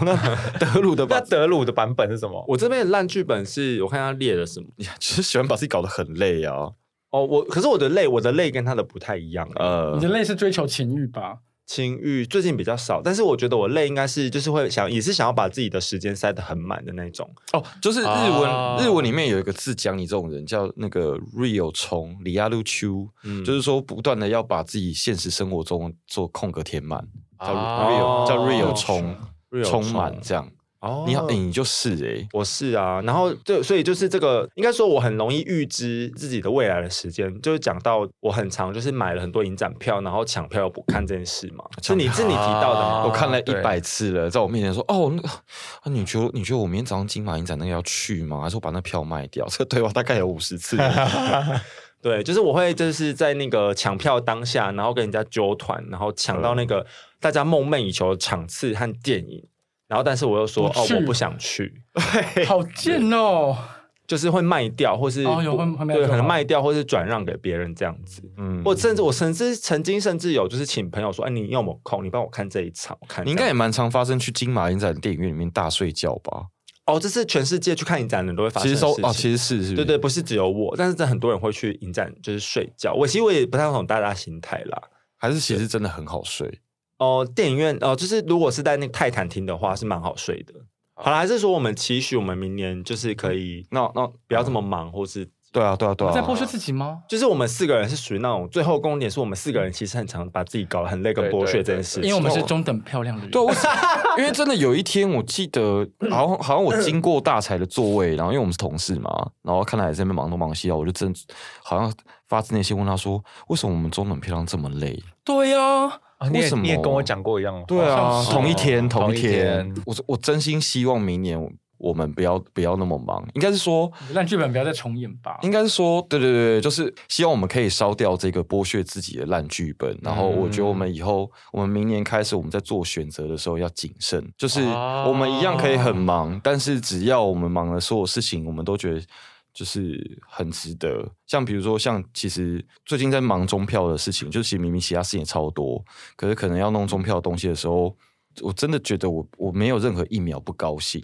[SPEAKER 1] 那德鲁的
[SPEAKER 4] 那
[SPEAKER 1] 吧，
[SPEAKER 4] 德鲁的版本是什么？
[SPEAKER 3] 我这边的烂剧本是我看他列了什么
[SPEAKER 1] 你只是喜欢把自己搞得很累啊，
[SPEAKER 3] 哦，我可是我的泪，我的泪跟他的不太一样。啊
[SPEAKER 1] 呃
[SPEAKER 2] 你，的类似追求情欲吧？
[SPEAKER 3] 情欲最近比较少，但是我觉得我累应该是就是会想，也是想要把自己的时间塞得很满的那种。
[SPEAKER 1] 哦，就是日文、
[SPEAKER 4] 啊
[SPEAKER 1] 日文里面有一个字讲你这种人叫那个 real 冲里亚路丘，
[SPEAKER 3] 嗯，
[SPEAKER 1] 就是说不断的要把自己现实生活中做空格填满，叫
[SPEAKER 4] 啊
[SPEAKER 1] real、叫 real
[SPEAKER 3] 哦
[SPEAKER 1] 充
[SPEAKER 3] real
[SPEAKER 1] 充
[SPEAKER 3] 充
[SPEAKER 1] 满这样，
[SPEAKER 3] 哦
[SPEAKER 1] 你好、欸你就是哎、欸，
[SPEAKER 3] 我是啊，然后对，所以就是这个，应该说我很容易预知自己的未来的时间，就是讲到我很常就是买了很多影展票，然后抢票又不看这件事嘛，是你是你提到的
[SPEAKER 4] 啊
[SPEAKER 3] 嘛，
[SPEAKER 1] 我看了一
[SPEAKER 4] 对
[SPEAKER 1] 百次了，在我面前说：“哦，那个啊，你觉得你觉得我明天早上金马影展那个要去吗？还是我把那票卖掉？”这个对话大概有五十 次。
[SPEAKER 3] 对，就是我会就是在那个抢票当下，然后跟人家纠团，然后抢到那个大家梦寐以求的场次和电影，然后但是我又说
[SPEAKER 2] 不
[SPEAKER 3] 哦
[SPEAKER 2] 去
[SPEAKER 3] 我不想去，
[SPEAKER 2] 好贱哦！
[SPEAKER 3] 就是会卖掉，或是
[SPEAKER 2] 哦有
[SPEAKER 3] 不
[SPEAKER 2] 会会卖
[SPEAKER 3] 对，
[SPEAKER 2] 掉
[SPEAKER 3] 可能
[SPEAKER 2] 吗
[SPEAKER 3] 卖掉或是转让给别人这样子。
[SPEAKER 1] 嗯，
[SPEAKER 3] 我甚至我甚至曾经甚至有就是请朋友说，哎，你有没有空？你帮我看这一场，我看这样
[SPEAKER 1] 你应该也蛮常发生去金马影展电影院里面大睡觉吧？
[SPEAKER 3] 哦，这是全世界去看影展的人都会发
[SPEAKER 1] 其
[SPEAKER 3] 生
[SPEAKER 1] 实
[SPEAKER 3] 的事
[SPEAKER 1] 收
[SPEAKER 3] 情。
[SPEAKER 1] 哦，其实是是不是
[SPEAKER 3] 对对，不是只有我，但是真的很多人会去影展就是睡觉。我其实我也不太懂大家心态啦。
[SPEAKER 1] 还是其实真的很好睡。
[SPEAKER 3] 哦、电影院哦、就是如果是在那个泰坦厅的话，是蛮好睡的。好啦，还是说我们期许我们明年就是可以
[SPEAKER 1] 那那
[SPEAKER 3] 不要这么忙，或是
[SPEAKER 1] 对啊对啊对
[SPEAKER 2] 在
[SPEAKER 1] 啊
[SPEAKER 2] 剥，削自己吗？
[SPEAKER 3] 就是我们四个人是属于那种最后共同点是我们四个人其实很常把自己搞得很累跟
[SPEAKER 4] 对
[SPEAKER 3] 剥削
[SPEAKER 4] 对
[SPEAKER 3] 这件
[SPEAKER 4] 对
[SPEAKER 3] 事
[SPEAKER 2] 因
[SPEAKER 3] 情
[SPEAKER 2] 为我。们是中等漂亮的人。
[SPEAKER 1] 对啊，我因为真的有一天我记 得，好像好像我经过大才的座位，然后因为我们是同事嘛，然后看他也在那边忙东忙西啊，我就真好像发自内心问他说：“为什么我们中等漂亮这么累？”
[SPEAKER 2] 对呀，
[SPEAKER 4] 啊你
[SPEAKER 1] 为
[SPEAKER 4] 也
[SPEAKER 1] 什么
[SPEAKER 4] 你也跟我讲过一样，
[SPEAKER 1] 对
[SPEAKER 2] 好
[SPEAKER 1] 啊
[SPEAKER 2] 像，是
[SPEAKER 1] 同一
[SPEAKER 4] 哦
[SPEAKER 1] 天，同
[SPEAKER 4] 同
[SPEAKER 1] 一
[SPEAKER 4] 一
[SPEAKER 1] 天
[SPEAKER 4] 天。
[SPEAKER 1] 我我真心希望明年我我们不要不要那么忙，应该是说，
[SPEAKER 2] 烂剧本不要再重演吧。
[SPEAKER 1] 应该是说，对对对，就是希望我们可以烧掉这个剥削自己的烂剧本。然后我觉得我们以后，我们明年开始，我们在做选择的时候要谨慎，就是
[SPEAKER 4] 哦
[SPEAKER 1] 我们一样可以很忙，但是只要我们忙的所有事情，我们都觉得。就是很值得，像比如说，像其实最近在忙中票的事情，就其实明明其他事情也超多，可是可能要弄中票的东西的时候，我真的觉得我我没有任何一秒不高兴，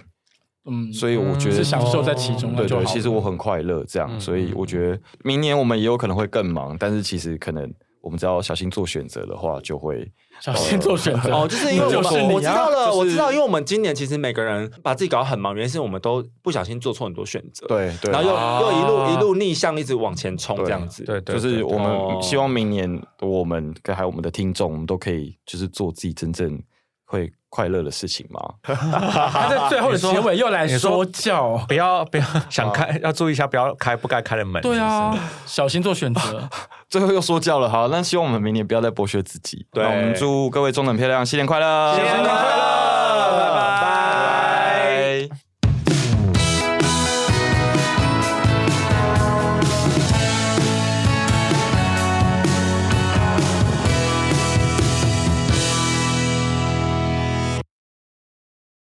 [SPEAKER 2] 嗯，
[SPEAKER 1] 所以我觉
[SPEAKER 2] 是
[SPEAKER 1] 得嗯
[SPEAKER 2] 享受在其中
[SPEAKER 1] 对
[SPEAKER 2] 了就好
[SPEAKER 1] 对，
[SPEAKER 2] 了。
[SPEAKER 1] 其实我很快乐，这样，
[SPEAKER 4] 嗯
[SPEAKER 1] 所以我觉得明年我们也有可能会更忙，但是其实可能我们只要小心做选择的话，就会
[SPEAKER 2] 小心做选择。
[SPEAKER 3] 哦，就是因为我
[SPEAKER 2] 就是
[SPEAKER 3] 们
[SPEAKER 2] 你啊
[SPEAKER 3] 我知道了，
[SPEAKER 1] 就是
[SPEAKER 3] 我知道，因为我们今年其实每个人把自己搞得很忙，原因是我们都不小心做错很多选择，，
[SPEAKER 1] 对对，
[SPEAKER 3] 然后又、
[SPEAKER 4] 啊
[SPEAKER 3] 又一路一路逆向，一直往前冲这样子，
[SPEAKER 4] 对对，
[SPEAKER 1] 就是我
[SPEAKER 3] 哦
[SPEAKER 1] 们希望明年我们跟还有我们的听众，我们都可以就是做自己真正会快乐的事情嘛。
[SPEAKER 2] 啊他在最后的结尾又来说教。
[SPEAKER 4] 不要不要 想开，要注意一下，不要开不该开的门。
[SPEAKER 2] 对啊，小心做选择。
[SPEAKER 1] 最后又说教了，好，那希望我们明年不要再剥削自己。
[SPEAKER 3] 对
[SPEAKER 1] 那我们祝各位中等漂亮新年快乐，
[SPEAKER 4] 是不是，新年快乐！